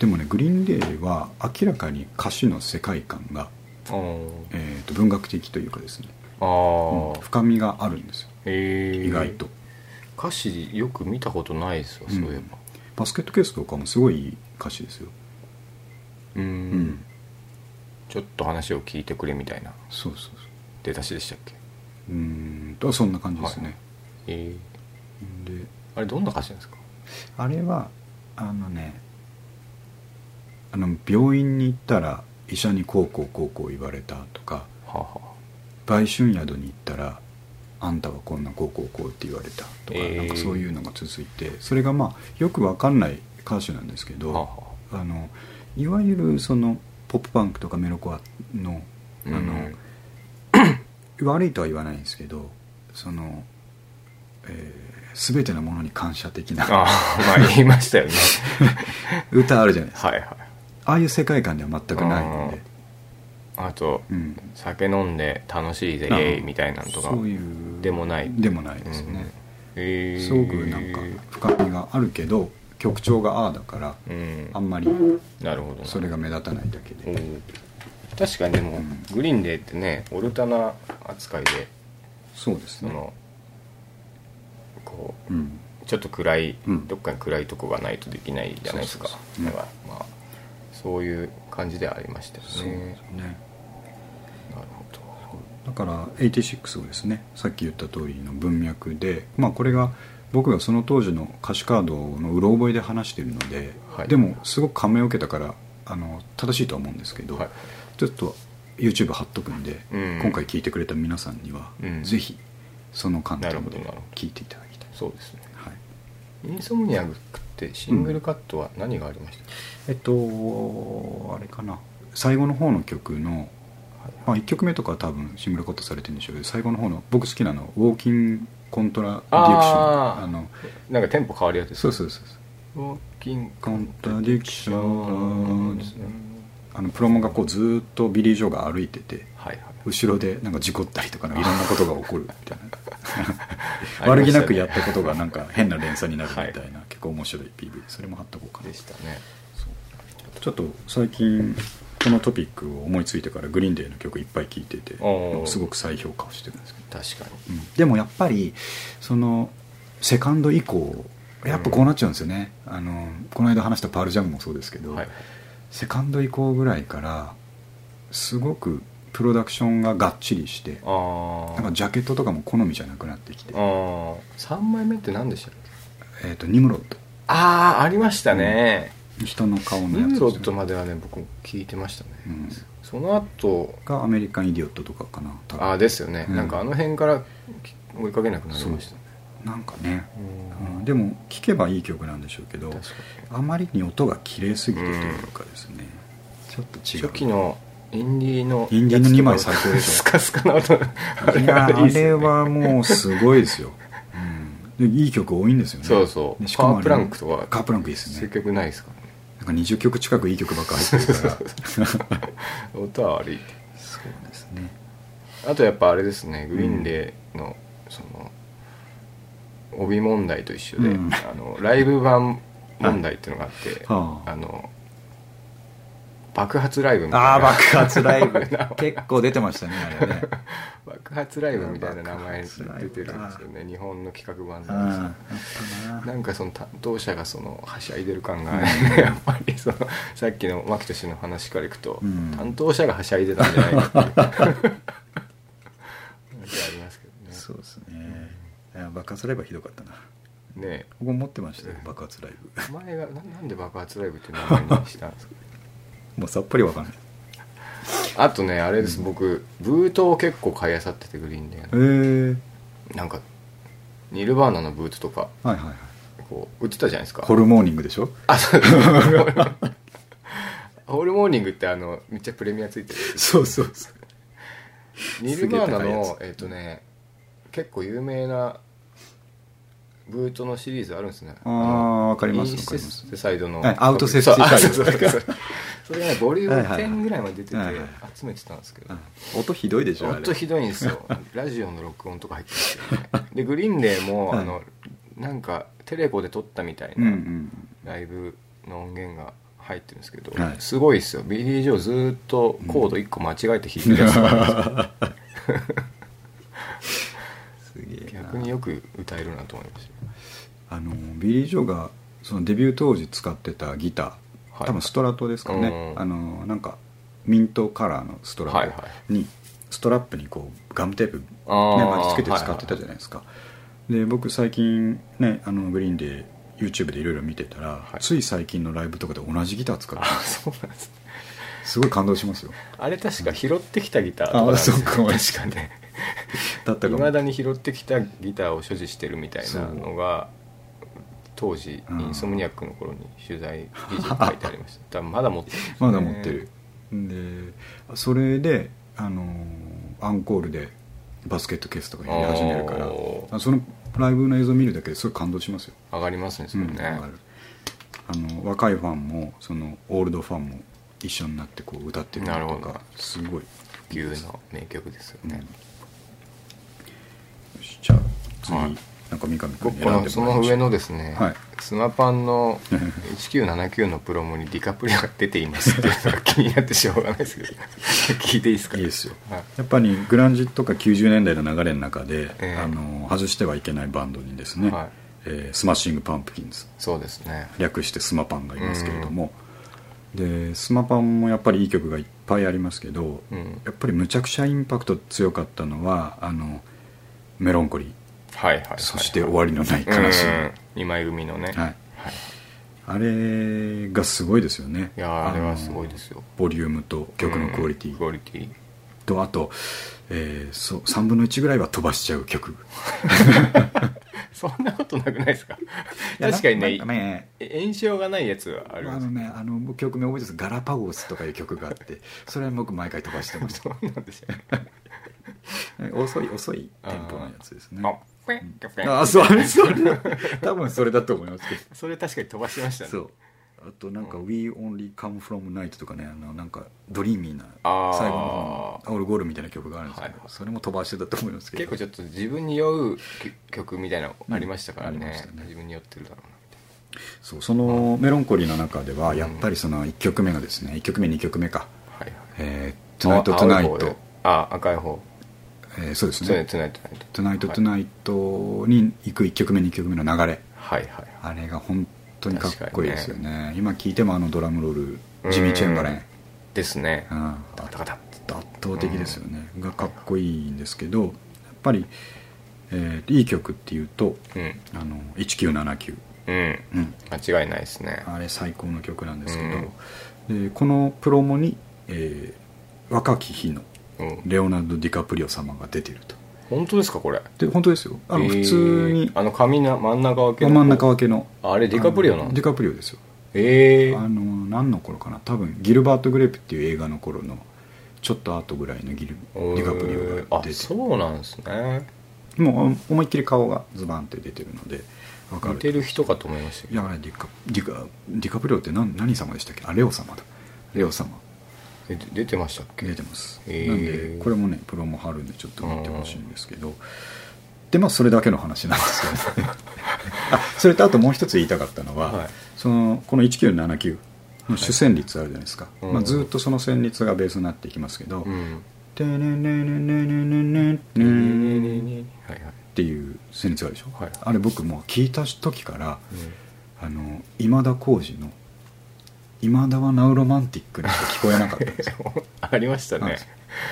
でもねグリーンデーは明らかに歌詞の世界観が、えーと文学的というかですね、
ああ
うん深みがあるんですよ
え
意外と、
歌詞よく見たことないですよそういえば
バスケットケースとかもすごいいい歌詞ですよ、
うん、
うん
ちょっと話を聞いてくれみたいな
そうそうそう
出だしでしたっけ
うーんとそんな感じですね、
え
で
ー、あれどんな歌詞なんですか
あれはあのねあの病院に行ったら医者にこうこうこうこう言われたとか
はあ、はあ、
売春宿に行ったらあんたはこんなこうこうこうって言われたとか、
えー
なんかそういうのが続いてそれがまあよくわかんない歌手なんですけど、
はあは
あのいわゆるそのポップパンクとかメロコアのあの、
うん
悪いとは言わないんですけどその、えー全てのものに感謝的な
ああ まあ言いましたよね
歌あるじゃないですか
はいはい
ああいう世界観では全くないので、
あと、
うん、
酒飲んで楽しいぜイ
あー
エイみたいなのとか
そういう
でもない
でもない
うん
ですね、
えー、
すごくなんか深みがあるけど曲調がああだから
うん
あんまり
なるほどな
それが目立たないだけ
お
で
ー確かにでも、
うん
グリーンデーってねオルタナ扱いで
そうです
そ
ね
のこう
うん
ちょっと暗い、
うん
どっかに暗いとこがないとできないじゃないですか
そうそうそう
だからまあそういう感じではありました
そう
よ
で
ね
すね
なるほど
だから86をですねさっき言った通りの文脈でまあこれが僕がその当時の歌詞カードのうろ覚えで話してるので、
はい
でもすごく感銘を受けたからあの正しいとは思うんですけど、
はい
ちょっと YouTube 貼っとくんで、
うん
今回聞いてくれた皆さんには、
うん
ぜひその観
なる
点
ほど
で
なるほど
聞いていただきたい、
そうですね
はい、
インソムニアクってシングルカットは何がありました、
えっとあれかな最後の方の曲の、まあ、1曲目とかは多分シングルカットされてるんでしょうけど最後の方の僕好きなのウォーキンコントラディクション
あー
の
なんかテンポ変わるやつです
そう
ね
そうそうそう
ウォーキン
コントラディクション
ですね
あのプロモがこうずーっとビリー・ジョーが歩いてて
はいはい
後ろでなんか事故ったりとかのいろんなことが起こるみたい な
あり
悪
ま
気
したね
なくやったことがなんか変な連鎖になるみたいな、結構面白い PV それも貼っとこうかな
でしたね
ちょっと最近このトピックを思いついてからグリーンデーの曲いっぱい聴いてて
おー
すごく再評価をしてるんですけど、
確か
うんでもやっぱりそのセカンド以降やっぱこうなっちゃうんですよね、あのこの間話したパールジャムもそうですけど、
にはい
セカンド以降ぐらいからすごくプロダクションががっちりして
あ
なんか
あ
ジャケットとかも好みじゃなくなってきて、
あ3枚目って何でしたっけ
えー、とニムロッ
ああありましたね、
ド人の顔の
ニ
やつ
ム
です
ロ
よ
ットまではね僕も聞いてましたね、
うん
その後
がアメリカン・イディオットとかかな多分
ああですよね、
うん
なんかあの辺からき追いかけなくなりましたね
なんかね、
う
うんんでも聴けばいい曲なんでしょうけど
確かに
あまりに音が綺麗すぎてというかですね、ちょっ
初
と違
期
う
のインディーの
インディーの二枚最高でしょ
すスカスカな音あ
い
れ
や
あ
あ
れいいっす
れ
よね
はもうすごいですよ、うん、でいい曲多いんですよね
そうそう
でしかもあれ
カープランクとか
カープランクいいです
積
ね
極ないですからね
なんか20曲近くいい曲ばっか入ってるから
音は悪い
そうですね
あとやっぱあれですねグリーンデーのその帯問題と一緒で、
うん
あのライブ版問題っていうのがあって、
はあ
あの爆発ライブみたいな
ああ爆発ライブ結構出てましたねあれね
爆発ライブみたいな名前出てるんですよね日本の企画版なんですけどなんかその担当者がそのはしゃいでる感が、やっぱりそのさっきの牧俊の話からいくと、
うん
担当者がはしゃいでたんじゃないかっていう話があります
そうですねいや爆発ライブはひどかったな
けどねね
僕も持ってましたよ爆発ライブ
え前がななんで爆発ライブって名前にしたんですか
もうさっぱりわかんない
あとねあれです、僕ブートを結構買いあさっててグリーンで、
えー、
なんかニルバーナのブーツとか
はいはいはい
こう売ってたじゃないですか
ホルモーニングでしょ
あそうです ホールモーニングってあのめっちゃプレミアついてる
そうそうそう
ニルバーナ
すげえ高いや
のえっ、とね結構有名なブートのシリーズあるんですね
あー
の
わかります
イン
わかります
セステサイドの
はいアウトセーフティサイド
そうあそうそうそうそれがねボリュ
は
ー
いはいはい
ム10ぐらいまで出てて
はいはい
集めてたんですけど
音ひどいでしょあ
ほ
れ
んとひどいんで すよラジオの録音とか入ってますよねでグリーンデーも
はい
あのなんかテレコで撮ったみたい
うんう
なんライブの音源が入ってるんですけど、
はい
すごいですよビリー・ジョーずーっとコード1個間違えて弾いてるやつとかあるんですよ
すげえな
逆によく歌えるなと思いまし
あのビリー・ジョーがそのデビュー当時使ってたギター、
はい
多分ストラトですかね、
うん
あのなんかミントカラーのストラトに、
はいは
ストラップにこうガムテープ、ね、
あー
巻きつけて使ってたじゃないですか、で僕最近ねあのグリーンで YouTube でいろいろ見てたら、
はい
つい最近のライブとかで同じギター使って
た
る
そうなんですね
すごい感動しますよ
あれ確か拾ってきたギターとかなんですよ
あそうかも
確かね
だった
い
か
ま
も
だに拾ってきたギターを所持してるみたいなのが当時
うん
インソムニアックの頃に取材記事に書いてありまし ただからまだ持ってるんですね
まだ持ってる、でそれで、あのーアンコールでバスケットケースとかやり始めるから
おー
あそのライブの映像見るだけですごい感動しますよ、
上がりますねそ
うん
れね
わかるあの若いファンもそのオールドファンも一緒になってこう歌ってるの
なる
と
ほど
かすごい、
普及の名曲ですよ
うん
ね
よしじゃあ次、
はい
なんか三上君に選んでもら
僕
い
の
まし
そ
ょう
の上のですね、
はい
スマパンの1979のプロモにディカプリオが出ていますっていうのが気になってしょうがないで すけど聞いていいですか
いいですよ
はい
やっぱりグランジとか90年代の流れの中で、
ええ
あの外してはいけないバンドにですね、
はい
えースマッシングパンプキンズ
そうですね
略してスマパンがいますけれども、でスマパンもやっぱりいい曲がいっぱいありますけど、
うん
やっぱりむちゃくちゃインパクト強かったのはあのメロンコリー、
はいはいはい
そして終わりのない悲しみ、
うん、2枚組のね、
はい、あれがすごいですよね
いやーあれはすごいですよ
ボリュームと曲のクオリティ、
うんクオリティ
とあと、えーそう3分の1ぐらいは飛ばしちゃう曲
そんなことなくないですか確かに
いやなんか
ね
ね
炎症がないやつはあ
あ
るんです
のねあの曲名覚えてますガラパゴスとかいう曲があってそれは僕毎回飛ばしてま した
そうなんですよね
遅い遅いテンポのやつですね
あペンペンペン
あそうあ れそれ多分それだと思いますけど
それ確かに飛ばしてましたね
そうあとなんか「We Only Come From Night」とかねあのなんかドリーミーな
あー
最後の「オールゴール」みたいな曲があるんですけど、
はいはい
それも飛ばしてたと思いますけ
結
ど
構ちょっと自分に酔う曲みたいなのありましたからね,、
うんありましたね
自分に酔ってるだろうなみたいな
そうそのメロンコリーの中ではやっぱりその1曲目がですね1曲目2曲目か
はいはい
「えー、Tonight Tonight
青い方よ」あ赤い方
えーそうです
そうね
ね
トゥナイトトゥナイト
「Tonight Tonight」に行く1曲目2曲目の流れ
はいはいはい
あれが本当にかっこいいですよね今聴いてもあのドラムロー
うん
ルジミー・チェンバレン
ですね
うん
タカタカタ
圧倒的ですよね、がかっこいいんですけどやっぱり、えーいい曲っていうと
うん
「あの1979、
うん
うん
間違いないですね
あれ最高の曲なんですけど、でこのプロモに、えー若き日の
うん
レオナルド・ディカプリオ様が出てると
本当ですかこれ
で本当ですよあの
えー
普通に
あの髪な真ん中分けの
真ん中分けの
あれディカプリオ
あ
なの
のディカプリオですよ
ええ
あの何の頃かな多分ギルバート・グレープっていう映画の頃のちょっと後ぐらいのギルディカプリオが
あ
出て
そうなんですね
もう思いっきり顔がズバンって出てるので分か
似
る
てる人かと思いましたけ
いやあれディカディカディカプリオって何何様でしたっけあレオ様だレオ様
どえで出てましたっけ
出てます、
へー
なんでこれもねプロも貼るんでちょっと見てほしいんですけどでまあそれだけの話なんですけどあそれとあともう一つ言いたかったのは、
はい
そのこの1979の主旋律あるじゃないですか、
うん
まあ、ずっとその旋律がベースになっていきますけど
うん
「てねねねねねねねねね」
はいはい
っていう旋律があるでしょ、
はい
あれ僕もう聞いた時から
うん
あの今田耕司の「今田はナウロマンティック」にしか聞こえなかったんですよ
ありましたね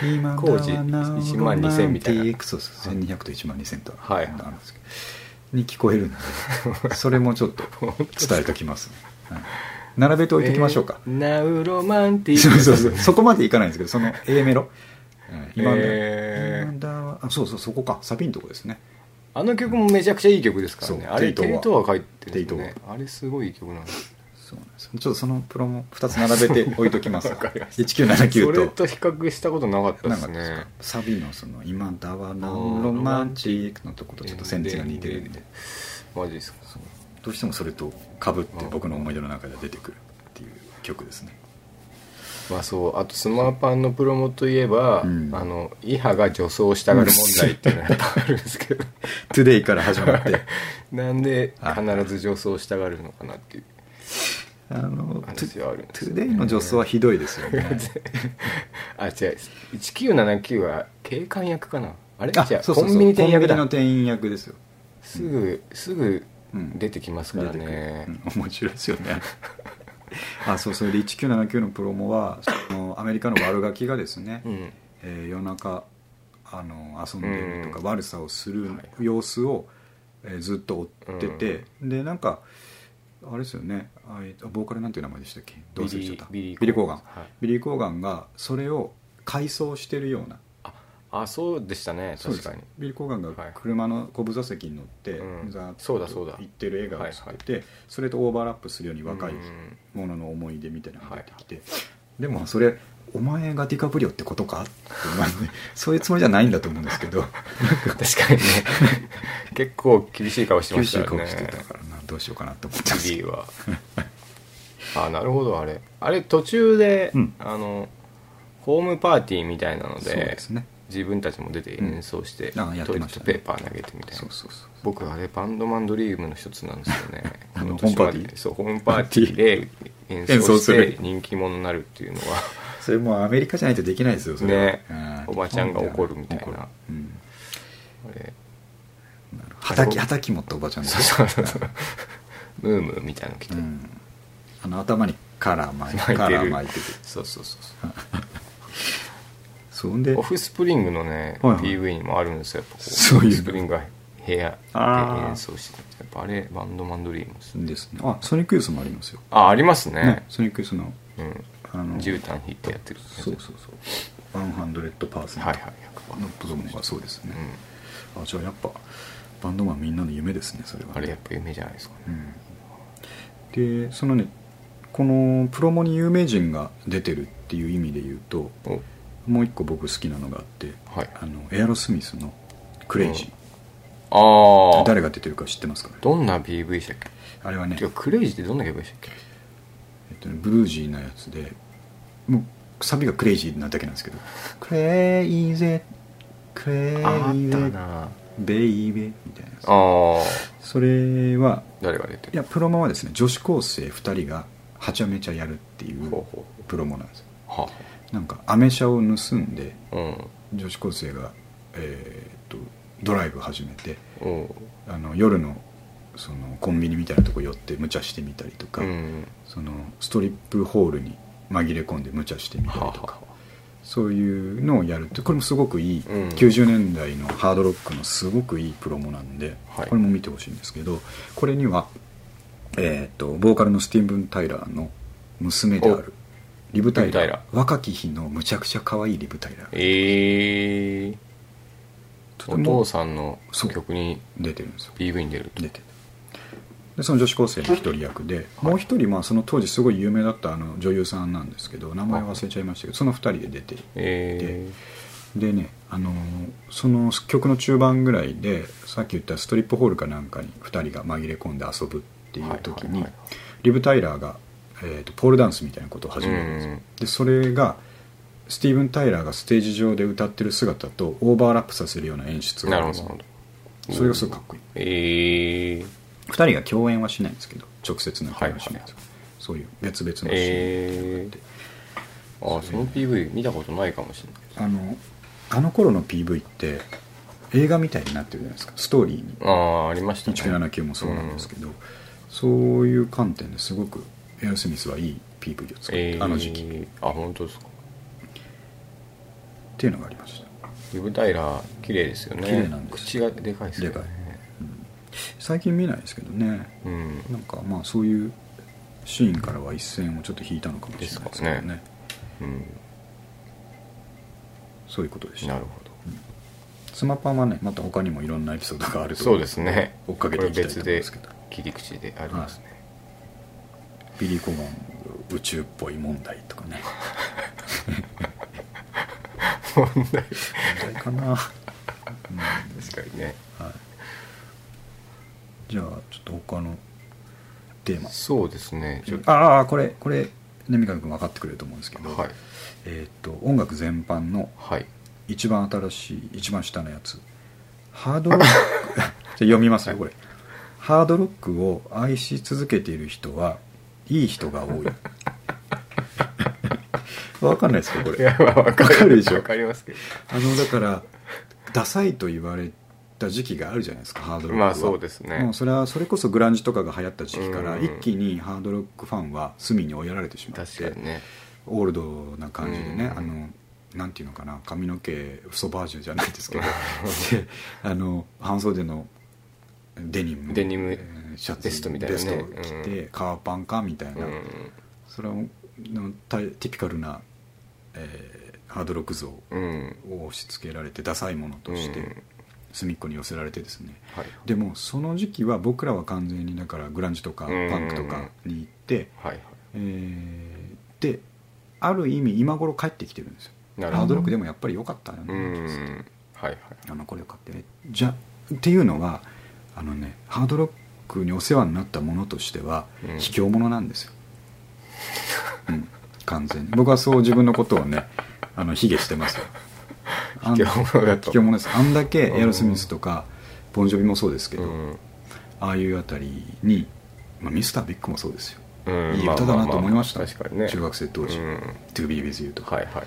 今
工事1万2000みたいな
そうそう1200と1万2000と
は
あ
い
るんですけど、に聞こえるんでそれもちょっ と伝えときますね、はい並べておいておきましょうか、
えーナウロマンティッ
そ
ク
うそうそうそこまでいかないんですけどその A メロ、はい今田
えー
今田はあそうそうそこかサビのとこですね
あの曲もめちゃくちゃいい曲ですからね
そう
あれ
テ
テ
イ
イ
ト
ト
ワ
ワ書いてるんですよ
テイ
ねあれすごいいい曲なんです
そうなんですよちょっとそのプロも2つ並べておいときます
わかりましたそれ
1979と
と比較したことなかったで
なんか
す
ですか
ね
サビのその「今だわなロマンチック」のとことちょっとセンが似てるんで
マジですか
どうしてもそれとかぶって僕の思い出の中で出てくるっていう曲ですね
まあそうあとスマーパンのプロモといえば、
うん
あのイハが女装したがる問題っていうのがやっぱあるんで すけど
「トゥデイから始まって
なんで必ず女装したがるのか なっていう
あの「ト
話はあるんです
ゥ
よ
デイの女装はひどいですよ ね
あ違う1979は警官役かなあれ
あ
違う
そうそうそう
コンビニ店役だ
コンビニの店員役ですよ
すぐすぐ
うん
出てきますからね、
出てくるうん面白いですよね あそうそれで1979のプロモはそのアメリカの悪ガキがですね、
うん
えー夜中あの遊んでるとか、
うん
悪さをする様子を、えーずっと追ってて、でなんかあれですよねあえーボーカルなんていう名前でしたっけどう忘れちゃった
ビリー
ビリー・コーガン
はい
ビリー・コーガンがそれを回想してるような
ああそうでしたね
そうです
確かに
ビリー・コーガン
は
が
い
車の後部座席に乗って、
うん
ざーっと
そうだそうだ
行ってる映画を映ってて、それとオーバーラップするように若い
うん
ものの思い出みたいなのが出てきて、でもそれお前がディカプリオってことかって、まあねそういうつもりじゃないんだと思うんですけど
確か にね結構厳しい顔してま
厳
し
したい
よ
顔
ね
してたからなどうしようかなと思ってます
ビリーは あなるほどあれあれ途中で、
うん
あのホームパーティーみたいなの
そう
で
ですね
自分たちも出て演奏して、
うんあやっ
ト
て
イレ
ま
ッ
した
ト
ね
ペーパー投げてみたいな
そうそうそう
僕あれバンドマンドリームの一つなんですよね
あの
こ年まで
ホームパーティー
そうホームパーティ ーで演
演奏
奏
す
し
る
て人気者になるっていうの は
それもうアメリカじゃないとできないですよそれは
ね
うん
おばちゃんが怒るみたいな
怒るうん
あれ
はたきはたき持ったおばちゃんです
そうそうそうムームーみたいなの着て、
うんあの頭にカラー巻い
巻いて
て
る
カラー巻いてて
そうそうそうそう
そんで
オフスプリングのね、
はいはい
PV にもあるんですよやっぱこ
そういう
オフスプリングが部屋
あー
で演奏してるやっぱあれバンドマンドリームですね
ですねあソニックユースもありますよ、
あありますね
ソニックユースのあ
う
の
ん絨毯引いてやってるやつ
そうそうそう100%
はいはい
のプゾンがそうですね
100%、、うん
あじゃあやっぱバンドマンみんなの夢ですねそれはね
あれやっぱ夢じゃないですかね
うん、でそのねこのプロモに有名人が出てるっていう意味で言うと
お
もう一個僕好きなのがあって
はい
あのエアロスミスの「クレイジー」
ああ
誰が出てるか知ってますかね
どんな PV でしたっけ
あれはね
てかクレイジーってどんな曲でしたっけ
えっとね、ブルージーなやつでもうサビがクレイジーなだけなんですけど「クレイジークレイジー
な
ベイベー」みたいな
あ
や
ー
つそれは
誰が出て
い
る
やプロモはですね女子高生2人がはちゃめちゃやるっていう
ほうほ
プロモなんですよ
はは
なんかアメ車を盗んで
うん
女子高生が、えーっとドライブ始めて
うん
あの夜のそのコンビニみたいなとこ寄って無茶してみたりとか、
うん
そのストリップホールに紛れ込んで無茶してみたり
は
と
は
か、
は
そういうのをやるってこれもすごくいい、
うん
90年代のハードロックのすごくいいプロモなんで、
はい
これも見てほしいんですけどこれには、えー、とボーカルのスティーブン・タイラーの娘であるリブタイ
リブタイ
ラ
ラ
若き日のむちゃくちゃ可愛いリブタイラ
ええ
とて
お
も
父さんの
そう
曲に
出てるんですよ
PV に出ると
出てるでその女子高生の一人役で、もう一人、まあ、その当時すごい有名だったあの女優さんなんですけど名前忘れちゃいましたけどその二人で出て
え
でね、あのーその曲の中盤ぐらいでさっき言ったストリップホールかなんかに2人が紛れ込んで遊ぶって
え
いう時にリブ・タイラーが、えー、とポールダンスみたいなことを始めるんですよ
うん
でそれがスティーブン・タイラーがステージ上で歌ってる姿とオーバーラップさせるような演出が
な
あ
る
るん
ほ
です
ど
よ
なるほど
それがすごくかっこいい
ええ
2人が共演はしないんですけど直接の共演はしないんですよ、
は
そういう別々のシーン、
ええあその PV 見たことないかもしれな
あ
い
のあの頃の PV って映画みたいになってるじゃないですかストーリーに
ああありましたね
1979もそうなんですけど、そういう観点ですごくエアロスミスはいい PV を使って、
ええ
あの時期っ
あ本当ですか
ていうのがありました
リブタイラー綺麗ですよね
綺麗なんです
口がでかいですよね
でかい最近見ないですけどね
うん
なんかまあそういうシーンからは一線をちょっと引いたのかもしれないですけどね
ですかねうん
そういうことでした
なるほど
スマパンはねまた他にもいろんなエピソードがあると
そうですね
追っかけていきたいと思
こ
い
れ
ま
別
すけ
で
ど
切り口でありますね、
ビリー・コモン宇宙っぽい問題とかね
問題
問題かな、うん、はい
確かにね
じゃあちょっと他のテーマ
そうですねちょっと
ああこれこれね三上君分かってくれると思うんですけど、
はい
えーっと音楽全般の
はい
一番新しい一番下のやつハー ドロックじゃあ読みますよこれハードロックを愛し続けている人はいい人が多 い分かんないですかこ
い
れ
やまあわ
わかるでしょ
わかりますけど
あのだからダサいと言われた時期があるじゃないですかハードロックは
まあそうですね
もうそれはそれこそグランジとかが流行った時期から
うん
一気にハードロックファンは隅に追いやられてしまって
確かにね
オールドな感じでね、
うん
あのなんていうのかな髪の毛フソバージュじゃないですけどで あの半袖のデニム
デニム
えーシャツ
ベストみたいなね
ベストを着て、革パンかみたいな、
うん
それはのたティピカルな、えーハードロック像を
うん
押し付けられてダサいものとして、
うん
隅っこに寄せられてですね
はい
でもその時期は僕らは完全にだからグランジとかパ
うん
ンクとかに行って、
はいはい
えーである意味今頃帰ってきてるんですよ
なるほど
ハードロックでもやっぱり良かったよ
う
ね、
んはいはい
あのこれ良かったよねじゃっていうのはあのねハードロックにお世話になったものとしては
うん
卑怯者なんですよ、うん完全に僕はそう自分のことをねあの卑下してますよあん
卑怯者だと
卑怯者ですあんだけエアロスミスとかボンジョビもそうですけど、
うん
ああいうあたりに、まあ、ミスタービッグもそうですよ、
うん
いい歌だなと思いました、
まあまあ確かにね
中学生当時、
うん
To be with you とか、
はいはいはい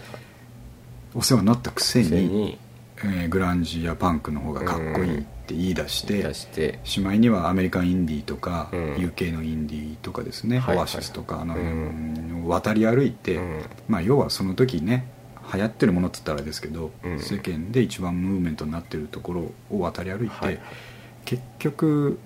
お世話になったくせに
背に
えーグランジやパンクの方がかっこいいって言い出して、
出して
しまいにはアメリカンインディーとか、
うん
UK のインディーとかですね、
はい
オアシスとかあの辺
う
を渡り歩いて、
うん
まあ、要はその時ね流行ってるものって言ったらあれですけど、
うん
世間で一番ムーブメントになってるところを渡り歩いて、
はいはい
結局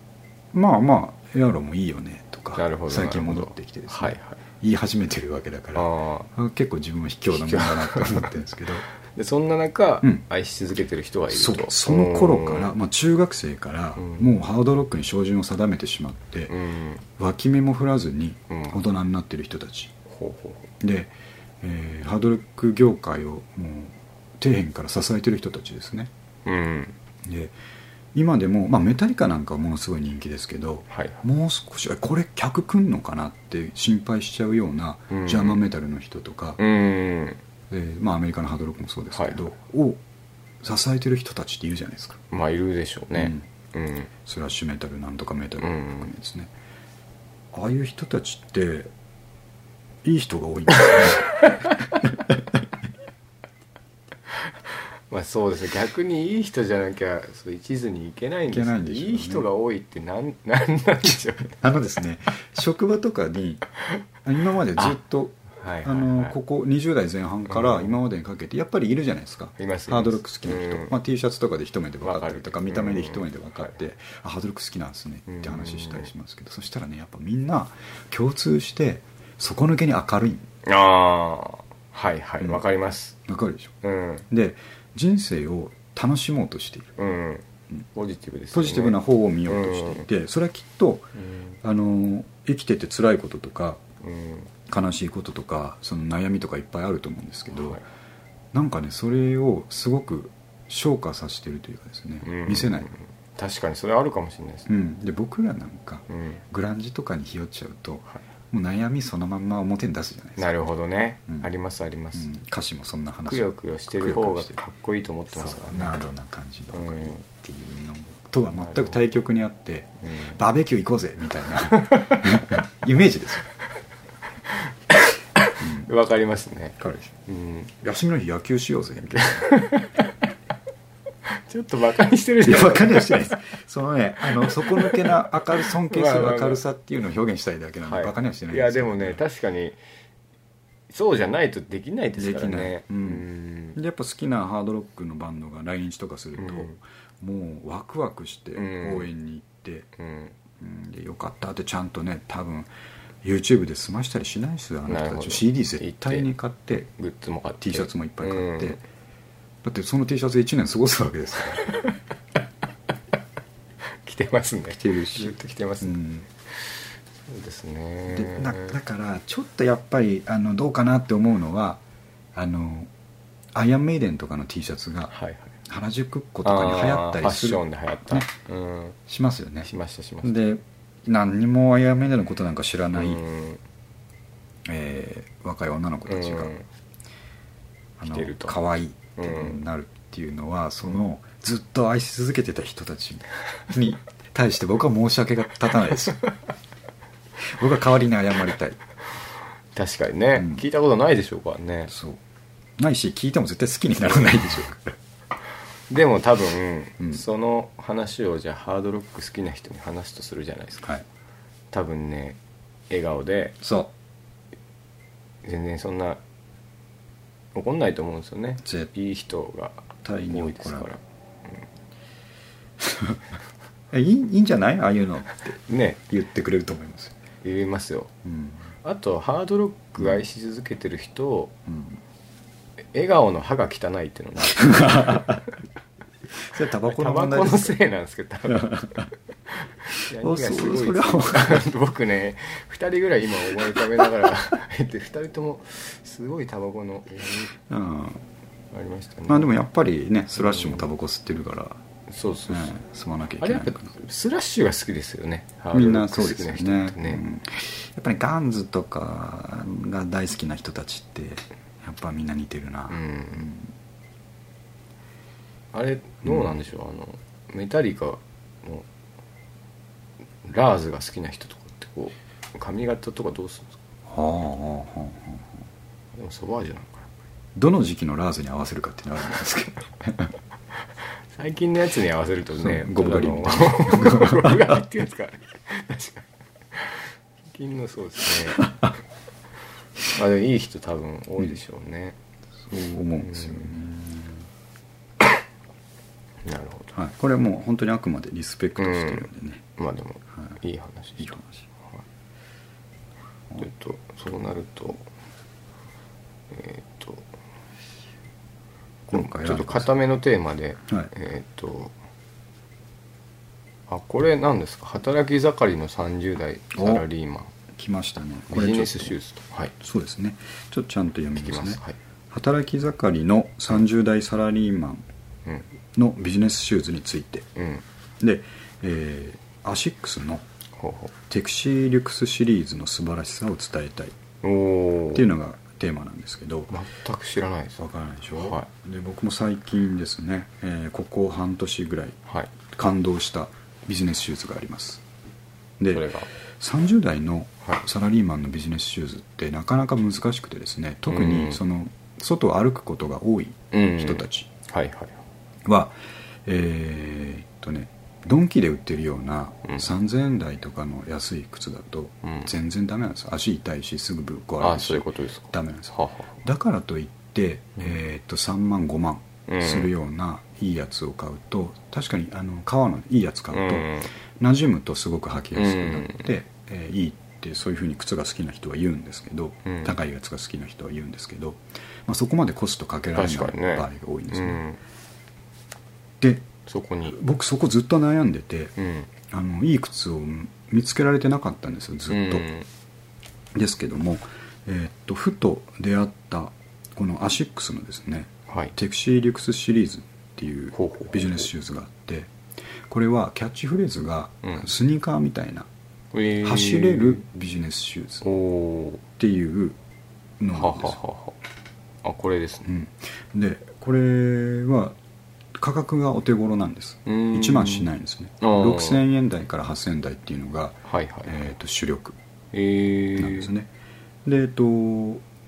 まあまあエアロもいいよねと
な
か
るほど
最近戻ってきてですね、
はいはい
言い始めてるわけだから
ああ
あ結構自分は卑怯なもんだなと思ってるんですけど。
でそんな中、
うん
愛し続けてる人はいる
そう
と
その頃から、まあ、中学生から
うん
もうハードロックに照準を定めてしまって
うん、うん
脇目も振らずに
うん
大人になってる人たち
ほうほうほ
で、えーハードロック業界をもう底辺から支えてる人たちですね
ううん
で今でも、まあ、メタリカなんかはものすごい人気ですけど
はい
もう少しえこれ客来んのかなって心配しちゃうような
うん
ジャーマンメタルの人とか、
うん
えーまあ、アメリカのハードロックもそうですけど、
はい
を支えてる人たちっているじゃないですか
まあいるでしょうねうん
スラッシュメタルなんとかメタル含めですね、ああいう人たちっていい人が多いんですよ ね
まあそうですね逆にいい人じゃなきゃそう一途にいけないんです
いけないんでしょうね
いい人が多いってなん なんなんでしょうね
あのですね職場とかに今までずっと
はい
あのここ20代前半から
うん
今までにかけてやっぱりいるじゃないですか、
います
ハードロック好きな人、
うん
まあ、T シャツとかで一目で分かったりとか
わかる
見た目で一目で分かって、
うん
あハードロック好きなんですねって話したりしますけど、そしたらねやっぱみんな共通して底抜けに明るいん
ああはいはい
うん
わかります
わかるでしょ
うん
で人生を楽しもうとしている
うんポジティブですよ
ポ
ね
ジティブな方を見ようとしていて、それはきっと
うん
あの生きてて辛いこととか
うん
悲しいこととかその悩みとかいっぱいあると思うんですけど、
はい
なんかねそれをすごく昇華させてるというかですね、
うん
見せない、
確かにそれあるかもしれないです
う
ね
ん、で僕らなんか
うん
グランジとかにひよっちゃうと、
は
もう悩みそのまんま表に出すじゃないですか
なるほどね
うん
ありますありま
う
す
ん歌詞もそんな話
くよくよしてる方がかっこいいと思って
そう
ますからね
ナードな感じの、
うん
っ、ていうのとは全く対極にあって
うん
バーベキュー行こうぜみたい なイメージですよ
わかりますね
彼でしょ
うん
休みの日野球しようぜみたい
ちょっとバカにしてる
ない
じゃ
や
ん
分かりはしてないですそのねあの底抜けな明る尊敬する明るさっていうのを表現したいだけなんで、
はい
バカにはしてないん
い
で
や
す
で
よ
もね確かにそうじゃないとできないですから
できない
ね
うん
うん
でやっぱ好きなハードロックのバンドが来日とかすると、もうワクワクして
うん
応援に行って、
うん
うんでよかったってちゃんとね多分 YouTube で済ましたりしないですよあな
な
た
る
た
ほど
ち CD 絶対に買って
グッズも買って
T シャツもいっぱい買って、
うん
だってその T シャツ1年過ごすわけですから
着てますね着
てるし
ずっと着てます
う
ね
ん
そうですね
でなだからちょっとやっぱりあのどうかなって思うのはあのアイアンメイデンとかの T シャツが
はいはい
原宿っ子とかに流行った
あーファ
り
ッ
す
シ
る
ョンで流行った、
ね
うん
しますよね
しましたしました
で何にもアイアンメイデンのことなんか知らない、
うん
えー若い女の子たちが、
うん
あ
来
の
てると
可愛いってなるっていうのは、そのずっと愛し続けてた人たちに対して僕は申し訳が立たないです よ僕は代わりに謝りたい
確かにね、
うん
聞いたことないでしょうからね
そうないし聞いても絶対好きにならないでしょうから
でも多分、
うん
その話をじゃあハードロック好きな人に話すとするじゃないですか、
はい
多分ね笑顔で
そう
全然そんな怒んないと思うんですよね
絶
いい人が多
対に怒らない
いですから
えいいいいんじゃないああいうのって
ね
言ってくれると思いますよ
言いますよ
うん
あとハードロック愛し続けてる人を
うん
笑顔の歯が汚いっていうのな
それは タバコ
タ
の
バ
問題
コ
で
の
す
せ
よ
いなんですけど多 分何がすごいです
それは
僕ね2人ぐらい今思い浮かべながら 2人ともすごいタバコのえ
うん
ーありましたね
まあでもやっぱりねスラッシュもタバコ吸ってるから、
そうそうそう、
ね、吸わなきゃい
あ
け
れ
な
や
い
っ
か
ぱ
ら
スラッシュが好きですよね
みんなそうで
ハ
す
ード
よ
ロック好
ね
きな人ってね
うんやっぱりガンズとかが大好きな人たちってやっぱみんな似てるな、
うんあれどうなんでしょう、あのメタリカのラーズが好きな人とかってこう髪型とかどうするんですか
はあはあはあはあ
でもソバージュなのかな
どの時期のラーズに合わせるかっていうのはあるんですけど
最近のやつに合わせるとね
そう ゴブガリみたい
ただのゴブガリっていうんですか確かに最近のそうですね あでもいい人多分多いでしょうね、
そう思うんですよね、
なるほど
はい、これはもう本当にあくまでリスペクトしてるんでね、
まあでも
はい
い話
い
で
い
し
話
たちょっとそうなるとえーっと
今回は
ちょっと固めのテーマで、
はい
えーっとあこれ何ですか働き盛りの30代サラリーマン
来ましたねこれ
ビジ
ちょ
ネ
っ
スシューズとはい
とそうですねちょっとちゃんと読み
聞き
ま
ますす
ね
はい、
働き盛りの30代サラリーマン
うん
のビジネスシューズについて
うん
で、えーアシックスの
ほうほ
テクシーリュクスシリーズの素晴らしさを伝えたいっ
うおお
ていうのがテーマなんですけど
全く知らないです
わからないでしょ、
は
で僕も最近ですね、えーここ半年ぐらい
はい
感動したビジネスシューズがあります
それ
で
が
30代の
はい
サラリーマンのビジネスシューズってなかなか難しくてですね特
うん
にその外を歩くことが多い人たち
はいはい
は、えーっとねドンキで売ってるような
うん
3000円台とかの安い靴だと
うん
全然ダメなんですよ足痛いしすぐぶっ壊れ
あ
るし
そういうことですか
ダメなんですよ
はは
だからといって、
うん
えーっと3万5万
うん
するようないいやつを買うと確かにあの革のいいやつ買
う
うと
ん
馴染むとすごく履きやすくなって、えーいいっってそういうふうに靴が好きな人は言うんですけど、
うん
高いやつが好きな人は言うんですけど、まあ、そこまでコストかけられない場
確かにね
合が多いんです
う
ね
ん、
で
そこに
僕そこずっと悩んでて
うん
あのいい靴を見つけられてなかったんですよずっと、
うん
ですけども、えーっとふと出会ったこのアシックスのですね
はい
テクシーリュクスシリーズっていう
ほうほうほう
ビジネスシューズがあってこれはキャッチフレーズが
うん
スニーカーみたいな
えー
走れるビジネスシューズ
おお
っていうの
は
な
は
んで
は
すよ
はあこれです
う
ね
ん、でこれは価格がお手頃なんです
うん
1万しないんですね
あー
6000円台から8000円台っていうのが、
はいはい
えー、と主力
えー
なんですね、でえっと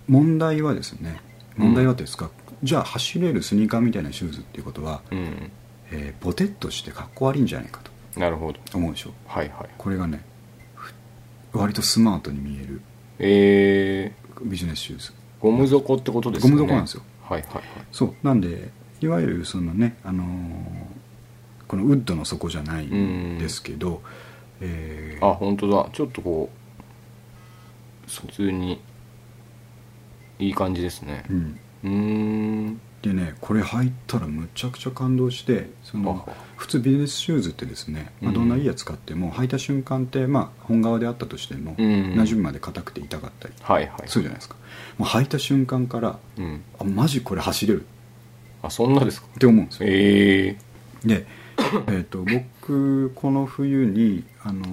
問題はですね問題はですか、じゃあ走れるスニーカーみたいなシューズっていうことは、
うん
えーボテッとしてかっこ悪いんじゃないかと
なるほど
思うでしょ
はいはい
これがねふ割とスマートに見える
えー
ビジネスシューズ
ゴム底ってことですよね
ゴム底なんですよ
はいはいはい
そうなんでいわゆるそのね、あのーこのウッドの底じゃないんですけど、えー
あ本当だちょっとこう普通にいい感じですね
うん、
うーん
でねこれ入ったらむちゃくちゃ感動してそ
は
の
は
普通ビジネスシューズってですね、まあ、
うん
どんないいやつ買っても履いた瞬間って、まあ、本革であったとしても、
うん
馴染むまで硬くて痛かったり
はいはい
するじゃないですか、もう履いた瞬間から
うん
あマジこれ走れる
あそんなですか
って思うんですよ
ええ
で、えー、と僕この冬にあの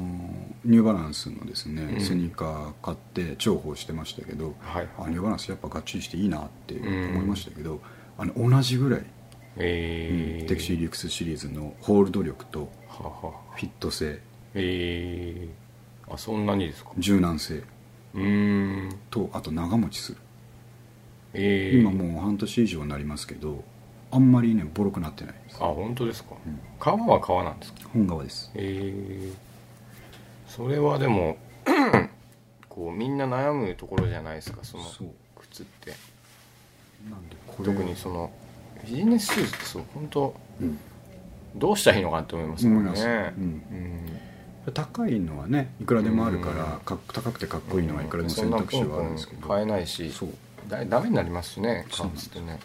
ニューバランスのです
う
ね
ん
スニーカー買って重宝してましたけど、
はい
あニューバランスやっぱがっちりしていいなって思いましたけど、あの同じぐらい、
ええ
テクシーリュックスシリーズのホールド力と
はは
フィット性
ええあそんなにですか
柔軟性
うーん
とあと長持ちする
ええ
今もう半年以上になりますけどあんまりねボロくなってないです
あ本当ですか、
うん
革は革なんですか
本革です
ええそれはでも こうみんな悩むところじゃないですかその
そう
靴って
なんでこれ
特にそのビジネスシューズってそう本当
うん
どうしたらいいのかなって思いますもん
思います
ね
う
うんん、
高いのはねいくらでもあるから
うん
かっ高くてかっこいいのはいくらでも選択肢はあるんですけ
そ
ど
なポンポン買えないし
そう
だダメになりますしね
そう
革
なんです
ってね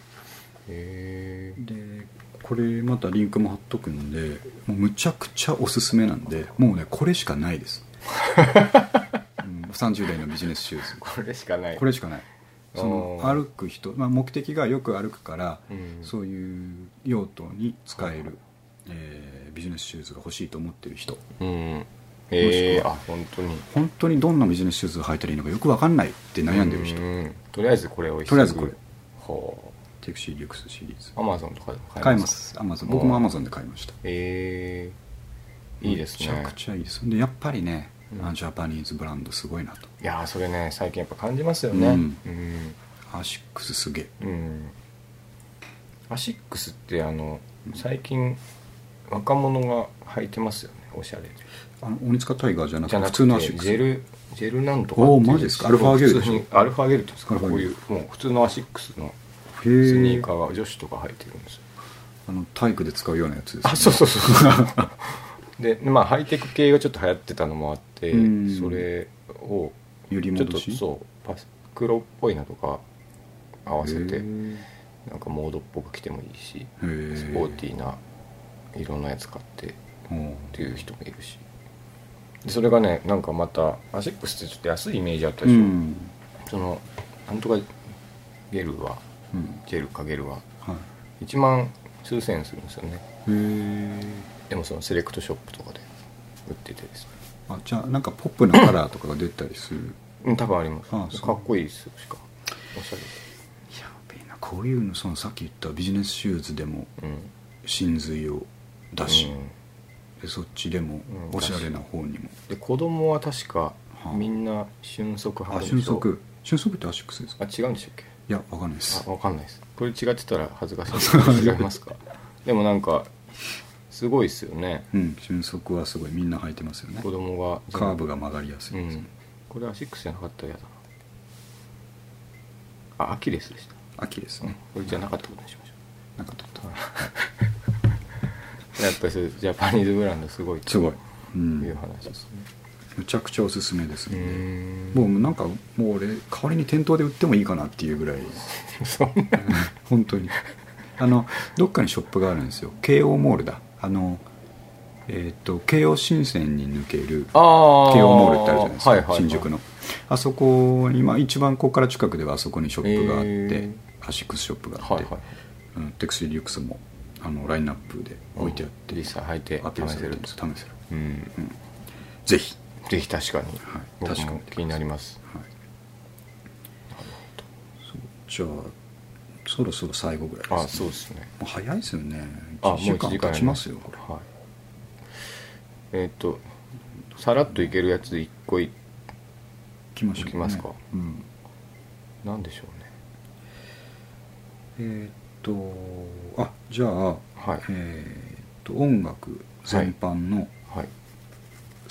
ええ
でこれまたリンクも貼っとくんでもうむちゃくちゃおすすめなんでもうねこれしかない です、うん、30代のビジネスシューズ
これしかない
これしかないその
おー
歩く人、まあ、目的がよく歩くから、
うん
そういう用途に使える、えービジネスシューズが欲しいと思ってる人
うんええ
もしくは
あ本当に
本当にどんなビジネスシューズを履いたらいいのかよく分かんないって悩んでる人
うんとりあえずこれを
とりあえずこれ
ほ
テクシーリュックスシリーズ
うアマゾンとかでも
買いますアマゾン僕もアマゾンで買いました
ええいいです
めち
ね
ゃくちゃいいですでやっぱりね、
うん
あのジャパニーズブランドすごいなと
いやーそれね最近やっぱ感じますよね
うん
うん、
アシックスすげえ
うんアシックスってあの最近若者が履いてますよねおしゃれで
あの鬼塚タイガーじゃなく
じ
て
ゃな
普
くて
通のアシックス
ジェルジェルなんとか
おー
っていう
マジですかアルファゲルでしょ
普通にアルファゲルっていうんですか
アル
こ
ファ
う
ゲ
い
ル
うもう普通のアシックスのスニ
へ
ー
え
カーが女子とか履いてるんですよ
あの体育で使うようなやつです、ね、
あそうそうそう でまあハイテク系がちょっと流行ってたのもあって
うん
それを
揺り
ちょっ
戻
と
し
そうパス黒っぽいのとか合わせ
へ
て
え
なんかモードっぽく着てもいいし
へえ
スポーティーな色のやつ買ってっ
おう
ていう人もいるしでそれがねなんかまたアシックスってちょっと安いイメージあったでしょ、
うん
そのなんとかゲルは
うん
ジェルかゲルは
はい
1万数千円するんですよね
へえ
でもそのセレクトショップとかで売っててですね
あじゃあなんかポップなカラーとかが出たりする
うん多分あります
あそう
かっこいいですよしかもおしゃれ
やべえなこういうのそのさっき言ったビジネスシューズでも
で
真髄を
う
出し、
ん
でそっちでも
うん
おしゃれな方にも、
で子供は確か
あ
みんな瞬足
あ
派
俊足俊足ってアシックスです
あ
か
違うんでしたっけ
いやわかんないです
あわかんないですこれ違ってたら恥ずかしい違いますかでもなんかすごいですよね
うん俊足はすごいみんな履いてますよね
子供が
カーブが曲がりやす
う
いです、
んこれアシックスじゃなかったら嫌だなあアキレスでした
秋ですね
これじゃなかったことにしましょ
なんかちょっ
うやっぱりそういうジャパニーズブランドすごい
とすごい、う、
というん話ですね、
むちゃくちゃおすすめです
うー
ね、
ん
もうなんかもう俺代わりに店頭で売ってもいいかなっていうぐらい
そんな
本当にあのどっかにショップがあるんですよ慶応モールだあのえっ、と慶応新線に抜ける
ああ
慶応モールってあるじゃないですか、
はいはいはい、
新宿のあそこに、まあ、一番ここから近くではあそこにショップがあって、
へー
アシックスショップがあって、
はいはい
うん、テクスリリュックスもあのラインナップで置いてあって、
実際履いて
アピール
試
さ
せ
れてる
る
んで
と
す試せる
うん
ぜひ、
ぜひ確かに、
はい
僕
確か
も
に
気になります
はい、そうじゃあそろそろ最後ぐらいです、ね、
あそうですね
もう早いですよね
あも
1
う
時
1時
間
間
経ちますよこれ
はい、えーっとさらっといけるやつで一個い
来ましょうね
行きますか
うん
なんでしょうね
えーっとあじゃあ
はい
えーっと音楽全般の、
はい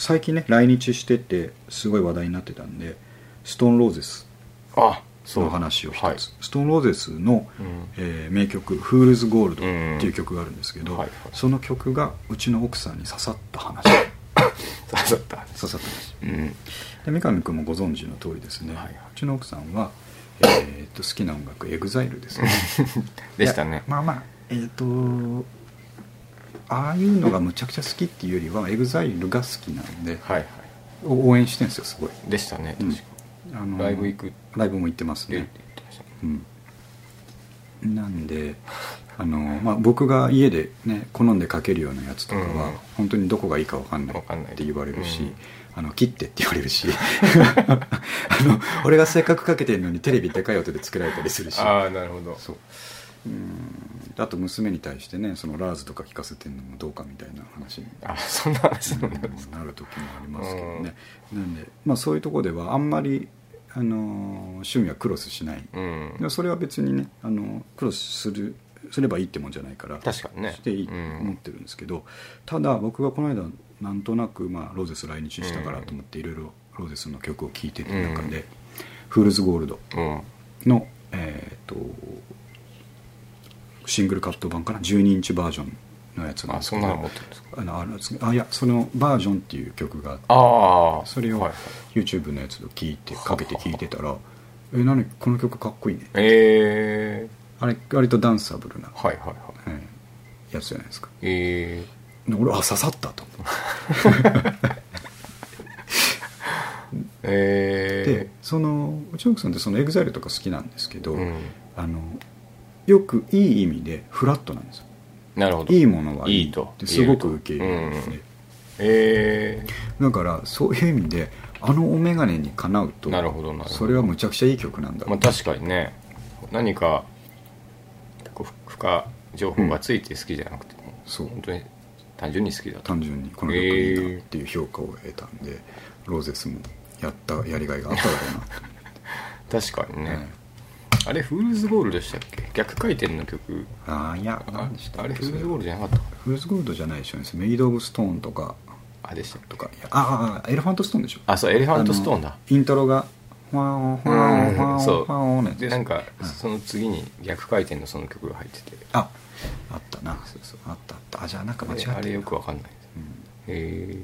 最近ね来日しててすごい話題になってたんでストーンローゼス
あそう
の話を一つ、
はい
ストーンローゼスの、
うん
えー名曲「フールズゴールド」っ
うん
ていう曲があるんですけど、
はいはい
その曲がうちの奥さんに刺さった話
刺さった話
刺さった話
うん
で三上君もご存知の通りですね、
はいはいう
ちの奥さんは、えーっと好きな音楽エグザイルですね
でしたね
いやまあまあえーっとああいうのがむちゃくちゃ好きっていうよりはエグザイルが好きなんで、
はいは
応援してるんですよすごい
いでしたね
う
確
ん
か、
あの
ライブ行くって
ライブも行ってます
言っ
ね
てましたね
うんなんであの、まあ、僕が家でね好んでかけるようなやつとかは、
うん
本当にどこがいいか分かんない
わかんない
って言われるし、
うん
あの切ってって言われるしあの俺がせっかくかけてるのにテレビでかい音でつけられたりするし
ああなるほど
そううんあと娘に対してねそのラーズとか聞かせてるのもどうかみたいな話に
あそんな話になるんですか
なる時もありますけどね、なんで、まあ、そういうところではあんまり、あのー趣味はクロスしない、
うん
でもそれは別にね、あのークロスするすればいいってもんじゃないから
確かにね
していいと
うん
思ってるんですけど、ただ僕がこの間なんとなく、まあ、ローゼス来日したからと思っていろいろローゼスの曲を聴いてる中で「
うん
フールズゴールド
うん
の」えーとシングルカット版かな12インチバージョンのやつなん
あ
です
そ
け
ん
ど
なの持ってるんですか
あのあるんですけどあいやそのバージョンっていう曲があって
ああ
それを
はいはい
YouTube のやつを聞いてかけて聞いてたら「え何この曲かっこいいね
え」
あれ割とダンサブルな、
ー、はいはいはい
はいやつじゃないですか
え
で俺は刺さったと思っ
ー、え
て、
ー、
そのうちの奥さんってその EXILE とか好きなんですけど、
うん
あのよくいい意味でフラットなんですよ
なるほど
いいものはい
い
い
いと
ってすごく受け入れるんですね、
うんえ
だからそういう意味であのお眼鏡にかなうと
なるほどなるほど
それはむちゃくちゃいい曲なんだ
ー、まあ確かにね何かこうふ付加情報がついて好きじゃなくて、
そう
本当に単純に好きだと
単純にこの曲いいなっていう評価を得たんで、ローゼスもやったやりがいがあっただろ
確かに
う
ね、
な、
あれフールズゴールドでしたっけ逆回転の曲
ああいや
あ
何でした
あれフールズゴールド
じゃ
じゃなかったか
フルーズゴールドじゃないでしょメイド・オブ・ストーンとか
なあでしたっけ
とかいやあああエレファント・ストーンでしょ
あそうエレファントストーンだ
あのイントロが「ワンオンワンオンワンオン
そう
ワンオン」のやつ
でなんか
うん
その次に逆回転のその曲が入ってて
ああったな
そうそう
あったあったあじゃあなんか間違っ
で
てる
あれよくわかんないです
うん
へえ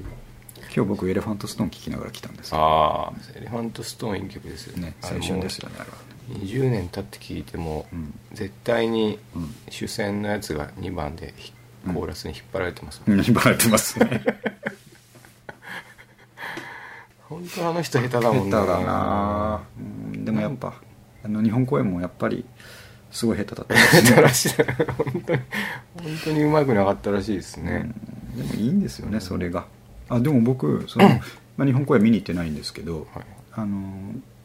今日僕エレファント・ストーン聴きながら来たんですよ
ああエレファントストーンいい曲ですよ
ね
あれ
青
もう
春ですよねあれはね
20年経って聴いても、
うん
絶対に
うん
主戦のやつが2番でひコーラスに引っ張られてますもん、
うん引っ張られてますね
本当あの人下手だもん
下手だな、うんでもやっぱあの日本公演もやっぱりすごい下手だったです
下手
ね
らしい本当に本当にうまくなかったらしいですね、
うんでもいいんですよねそれがあでも僕 その、まあ、日本公演見に行ってないんですけど、
はい
あの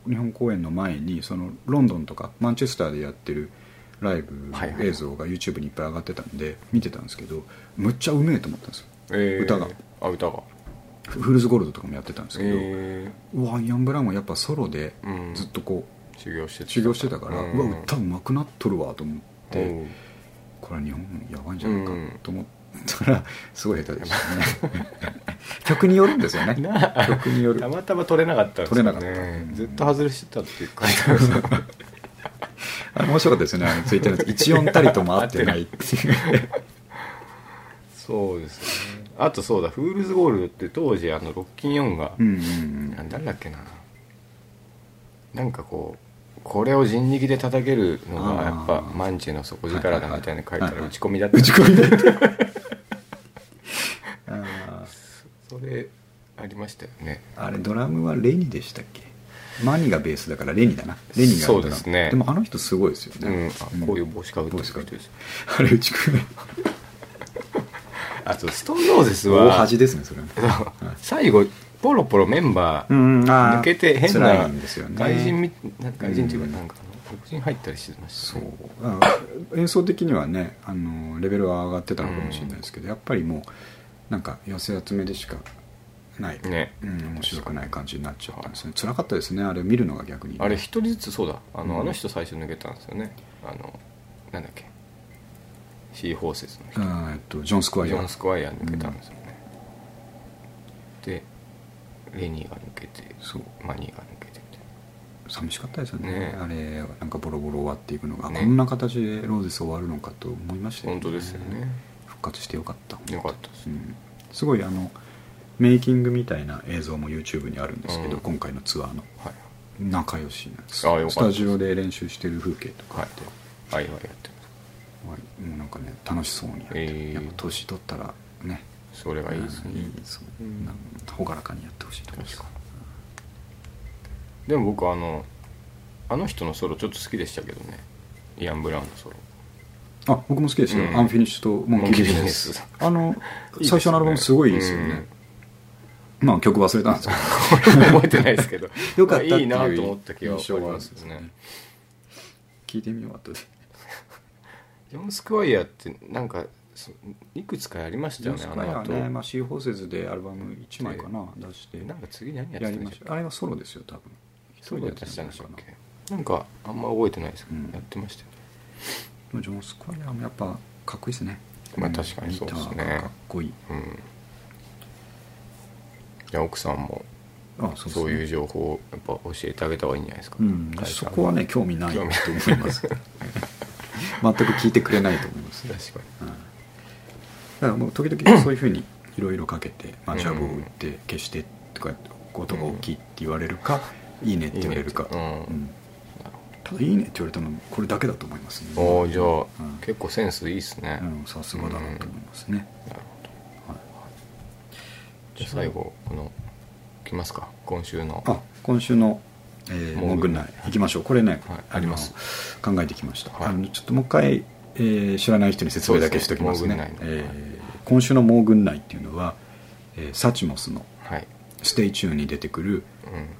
日本公演の前にそのロンドンとかマンチェスターでやってるライブ
はいはい
映像が YouTube にいっぱい上がってたんで見てたんですけどむっちゃうめえと思ったんですよ
えー
歌が
あ歌が
フフルズゴールドとかもやってたんですけど、
え
うわイアン・ブラウンはやっぱソロで
うん
ずっとこう
ー修行してた
修行してたから、う
うん
わ歌うまくなっとるわと思って、
おう
これは日本やばいんじゃないか
うん
と思ったら、すごい下手でしたね曲によるんですよね
なあ
曲による
たまたま取れなかったんですよね
取れなかった
ずっと外れしてたっていう感じなんですよ
あ面白かったですよねあのツイッターのやつ一音たりとも合ってないっていう
そうですねあとそうだフールズゴールドって当時あのロッキン4が、
うんうん
なん誰だっけななんかこうこれを人力で叩けるのがやっ
あ
ぱ
ー
マンチの底力だみたいなの書いた
はいはいは
ら
い
打ち込みだった
打ち込みだったあ
それありましたよね
ーあれドラムはレニでしたっけマニがベースだからレニだなレニがドラム
そうですね
でもあの人すごいですよ
うん
ね、
あこういう帽子かぶって
帽
る
子
人
かぶって
で
る
す
あれ打ち込み
あとストーンローゼスは
大恥ですねそれは
そう最後ポロポロメンバー
んうんあー
抜けて変
辛
ない
んですよね
外人みなんか外人っていうか
うん
なんかあの黒人入ったりしてまし
そ
た
う
ね
あ演奏的にはねあのレベルは上がってたのかもしれないですけど、やっぱりもうなんか寄せ集めでしかない、
ね
うん、面白くない感じになっちゃったんですね辛かったですねあれ見るのが逆に
あれ一人ずつそうだあの,、
うん
あの人最初抜けたんですよねあのなんだっけシーホーセスの人
あーえっとジョン・スクワイ
ジ
ヤ
ョン・
ー
スクワイヤー抜けたんですよね、でレニーが抜けて
そう
マニーが抜けてみたい
寂しかったですよね
ね
あれなんかボロボロ終わっていくのが、
ね
こんな形でローゼス終わるのかと思いました
な本当ですよね
復活してよかった
よかったです
う
ね
んすごいあのメイキングみたいな映像も YouTube にあるんですけど、
うん
今回のツアーの
はい
仲良しなんです
あよかった
スタジオで練習してる風景とか
はい
って、
はいはいやってます
はいもうなんかね楽しそうにやって、
えー
やっぱ年取ったらね
それがいいですね
うんいいですもん
うん
なんか朗らかにやってほしいと思います
確かでも僕あのあの人のソロちょっと好きでしたけどねイアン・ブラウンのソロ
あ僕も好きですよ、
うん
アンフィニッシュとモンキービジネス
モンキービジネス
あの
いいですね
最初のアルバムすごいですよねまあ曲忘れたんですけど
覚えてないですけど
よかったっていう
いいなと思った気がします
印象はあるん
ね
聞いてみよう後で
ジョン・スクワイヤーってなんかそいくつかやりました
ジョ
よ
ン・
ね
ス
あ
クワイヤーは
の後、
ね、まあ、シーホーセズでアルバム1枚かな出して
なんか次何やって
や
た
り
ん
ま
で
し
した
あれはソロですよ多分一
そう
人
いう
でや
のや
っ
っ
た
ててた
ん
ん
で
ですし
か
た
な
っけなんかあんま覚えてないですけど、
うん
やってましたよね
でもジョン・スクワイヤーもやっぱかっこいいですね
まあ確かにそうですね
ギターがかっこいい
うんいや奥さんも
あ
そう,、
ですね
いう情報をやっぱ教えてあげた方がいいんじゃないですか、
うん
大
そ
さん
こはね興味ないと
興
思
味
い
ない
ます 全く聞いてくれないと思い ます、
確か
うんだからもう時々そういうふうにいろいろかけて、まあ、
うん
ジャブを打って消してとか音が大きいって言われるか、いいねって言われるか
いいねってうん
うんただ「いいね」って言われたのもこれだけだと思いますね
におおじゃあ、
うん
結構センスいいっすね、
うんさすがだなと思いますね、
なるほど
はい
じゃあ最後このいきますか今週の
あ今週の、えー、
モ
モ
ン
ン
グ
グ
ン
ン
ナイ
ナイ行きましょうこれね、
はい
の
あります
考えてきました、
はい
あのちょっともう一回、えー知らない人に説明だけしておきますね
そうですねモーグンナイの
えー今週の「モーグンナイ」っていうのは、えーサチモスの
はい、
「ステイチューン」に出てくる
うん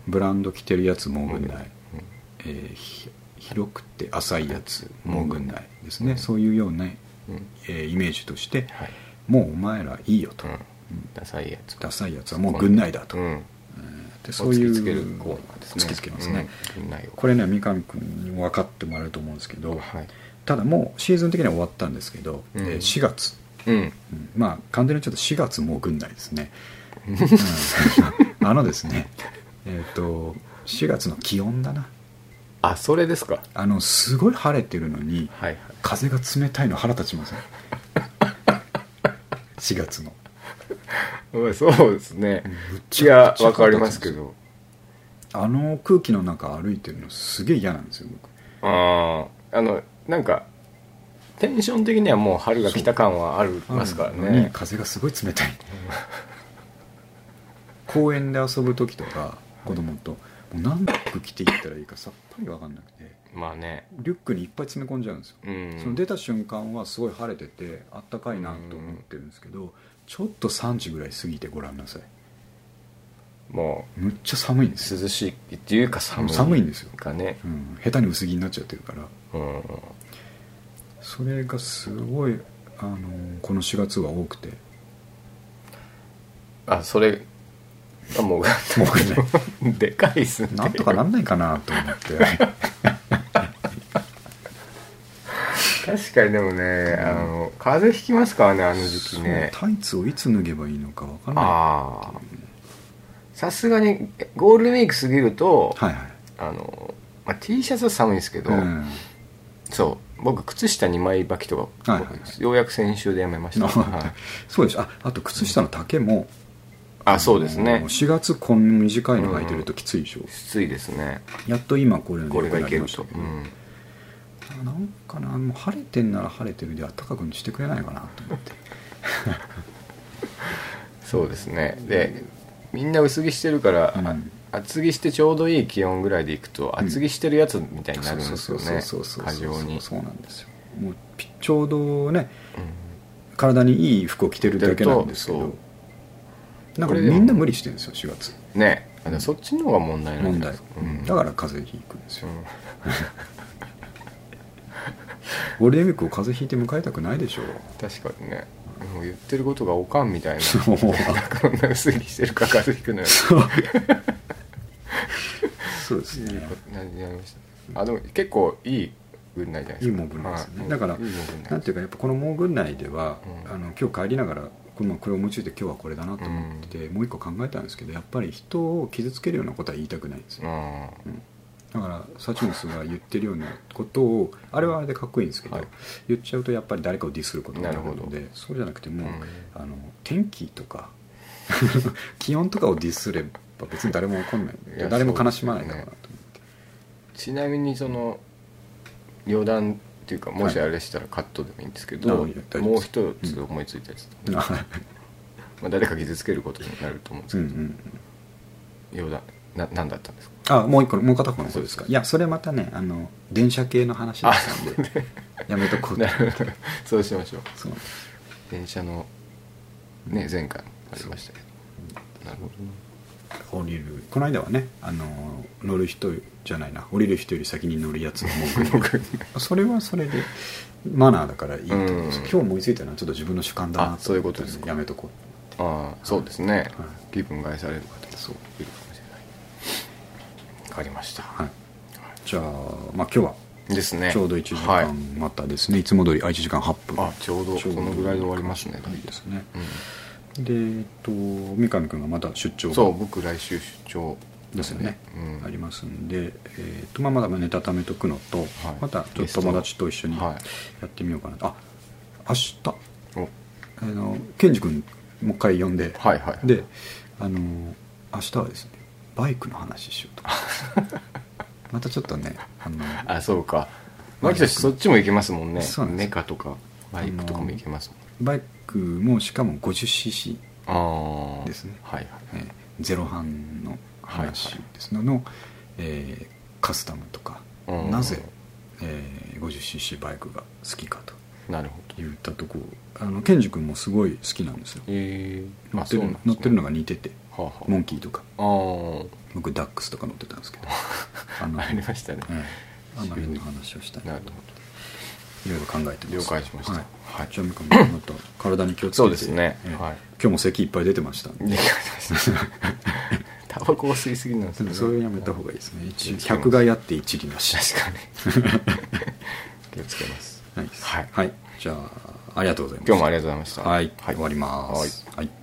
ブランド着てるやつモーグンナイ、
うん
えーひ広くて浅いやつ
モ
モ
ー
ー
グ
グ
ン
ン
ナ
ナ
イ
イですね、
うん
そういうような、
うん
えーイメージとして、
はい、
もうお前らいいよと、
うん、ダサいやつ
ダサいやつはもう軍内だと、
うん、
で
そういう突きつけるコーナーですね
突きつけますね、
うん軍内を
これね三上君にも分かってもらえると思うんですけど、
はい
ただもうシーズン的には終わったんですけど、
うん
えー4月、
うん
うんまあ完全にちょっと4月もう軍内ですね、うん あのですねえっ、と4月の気温だな
あそれですか
あのすごい晴れてるのに
はいはい
風が冷たいの腹立ちません4月の
うんそうですね
むっ
い
ちゃ
や
くちゃ
わか
腹立
り
ち
ますけど
あの空気の中歩いてるのすげえ嫌なんですよ僕
あああのなんかテンション的にはもう春が来た感はありますから
あるのに
ね
風がすごい冷たい公園で遊ぶ時とか子供と、もう何服着ていったらいいかさっぱり分かんなくて
まあね
リュックにいっぱい詰め込んじゃうんですよ、
うん
その出た瞬間はすごい晴れててあったかいなと思ってるんですけど、ちょっと3時ぐらい過ぎてご覧なさい
も
むっちゃ寒いんですよ、
う涼しいっていうか寒い
寒いんですよ
かね
うん、下手に薄着になっちゃってるから
うん
それがすごい、あのーこの4月は多くて
あそれあもう
もうね
でかいっすね
なんとかなんないかなと思って
確かにでもねあの風邪ひきますからねあの時期ね
そうタイツをいつ脱げばいいのか分かんない
ああさすがにゴールデンウィーク過ぎると、
はいはい
あの、まあ、T シャツは寒いんですけど、
うん
そう僕靴下2枚履きとか、
はいはいはい
ようやく先週でやめま した、はい
そうでしょああと靴下の丈も、
あそうですね
4月こんな短いの履いてるときついでしょ、
きついですね
やっと今これの
これがいける
した
と、
け
う
ど、
ん、
あなんかなもう晴れてんなら晴れてるで暖かくしてくれないかなと思 って
そうですねでみんな薄着してるから、あ
うん
厚着してちょうどいい気温ぐらいでいくと
ん
厚着してるやつみたいになるんです
そう
よね
そうそうそう
過剰に
そうなんですよもうピちょうどね
うん
体にいい服を着てるだけなんですけ
着て
ど
る
なんか
これでも
みんな無理してるんですよ4月
ねあそっちの方が問題なん
問
じゃな
題
いですか、うん、
だから風邪ひくんです よ
うん
ゴールデンウィークを風邪ひいて迎えたくないでしょう
確かにねもう言ってることがおかんみたいな
そう
こんな薄着してるから風邪ひくのよ
そうですね
なりましたあでも結構いい軍内じゃないですか
いいもん軍内ですねだから
いいもん軍内
なんていうかやっぱこの盲群内では、
うん
あの今日帰りながらこれまあこれを用いて今日はこれだなと思ってて、もう一個考えたんですけどやっぱり人を傷つけるようなことは言いたくないんですよ、
うん
だからサチモスが言ってるようなことをあれはあれでかっこいいんですけど、
はい
言っちゃうとやっぱり誰かをディスることになる
なる
の
ほ
でそうじゃなくてもう、
うん
あの天気とか 気温とかをディスれば別に誰も怒んないん
い
で
や
誰も悲しまないだろうなと思って、
ちなみにその余談っていうかもしあれでしたらカットでもいいんですけど、
あいや大丈夫です
もう一つ思いついたやつ、
あ
まあ、誰か傷つけることになると思うんで す
うんう
けど、
ん
余談な何だったんですか
あもう一個のもう片方のそうですかいやそれまたねあの電車系の話だったんで やめとこうと
なるほど そうしましょう
そう
電車のね前回もありましたけどなるほど
降りるこの間はねあの乗る人じゃないな降りる人より先に乗るやつを文句言うそれはそれでマナーだからいいと思うんです
うん
今日思いついたのはちょっと自分の主観だな
あそういうことですか
やめとこ
ああそうですね、気分害される方
うそう
いるかもしれないわかりました、
はいじゃあまあ今日は
ですね
ちょうど1時
はい
間またですね、い、つも通りあ1時間8分
あちょうどこのぐらいで終わりますね
いいですね、でえっと三上君がまた出張が
そう僕来週出張
ですよね、
うん
ありますんで、えーとまあ、まだネタ貯めとくのと、またちょっと友達と一緒に
は
や
い
ってみようかなと、あ明日
お
あのケンジ君もう一回呼んで、
はいはい
であの明日はですねバイクの話しようと またちょっとねあの
あそうかマキトシそっちも行けますもんね
そうなんです
メカとかバイクとかも行けます
バイクもしかも 50cc、
もんああ
ですね
はいはい
えーゼロ半の話ですの、の、えーカスタムとか、
うん
なぜ、えー 50cc バイクが好きかと。
なるほど
言ったとこあのケンジ君もすごい好きなんですよ
ええ
乗ってる,、
あそうなんですね
乗ってるのが似てて
はあは
モンキーとか
ああ
僕ダックスとか乗ってたんですけ どあ
あありましたね
ええあの辺の話をしたい
な
な
るほど
いろいろ考えてます
了解しました
はい
はい
じゃあみかんもまた体に気をつけて
そうですね
ええ
はい
今日も咳いっぱい出てましたんで
で タバコを吸いすぎなんですね
それをやめた方がいいですね一
気をつけます
100害あって一理なし
確かに気をつけます
ないです
はい
はい、じゃあありがとうございました
今日もありがとうございました
はい、終わります、はい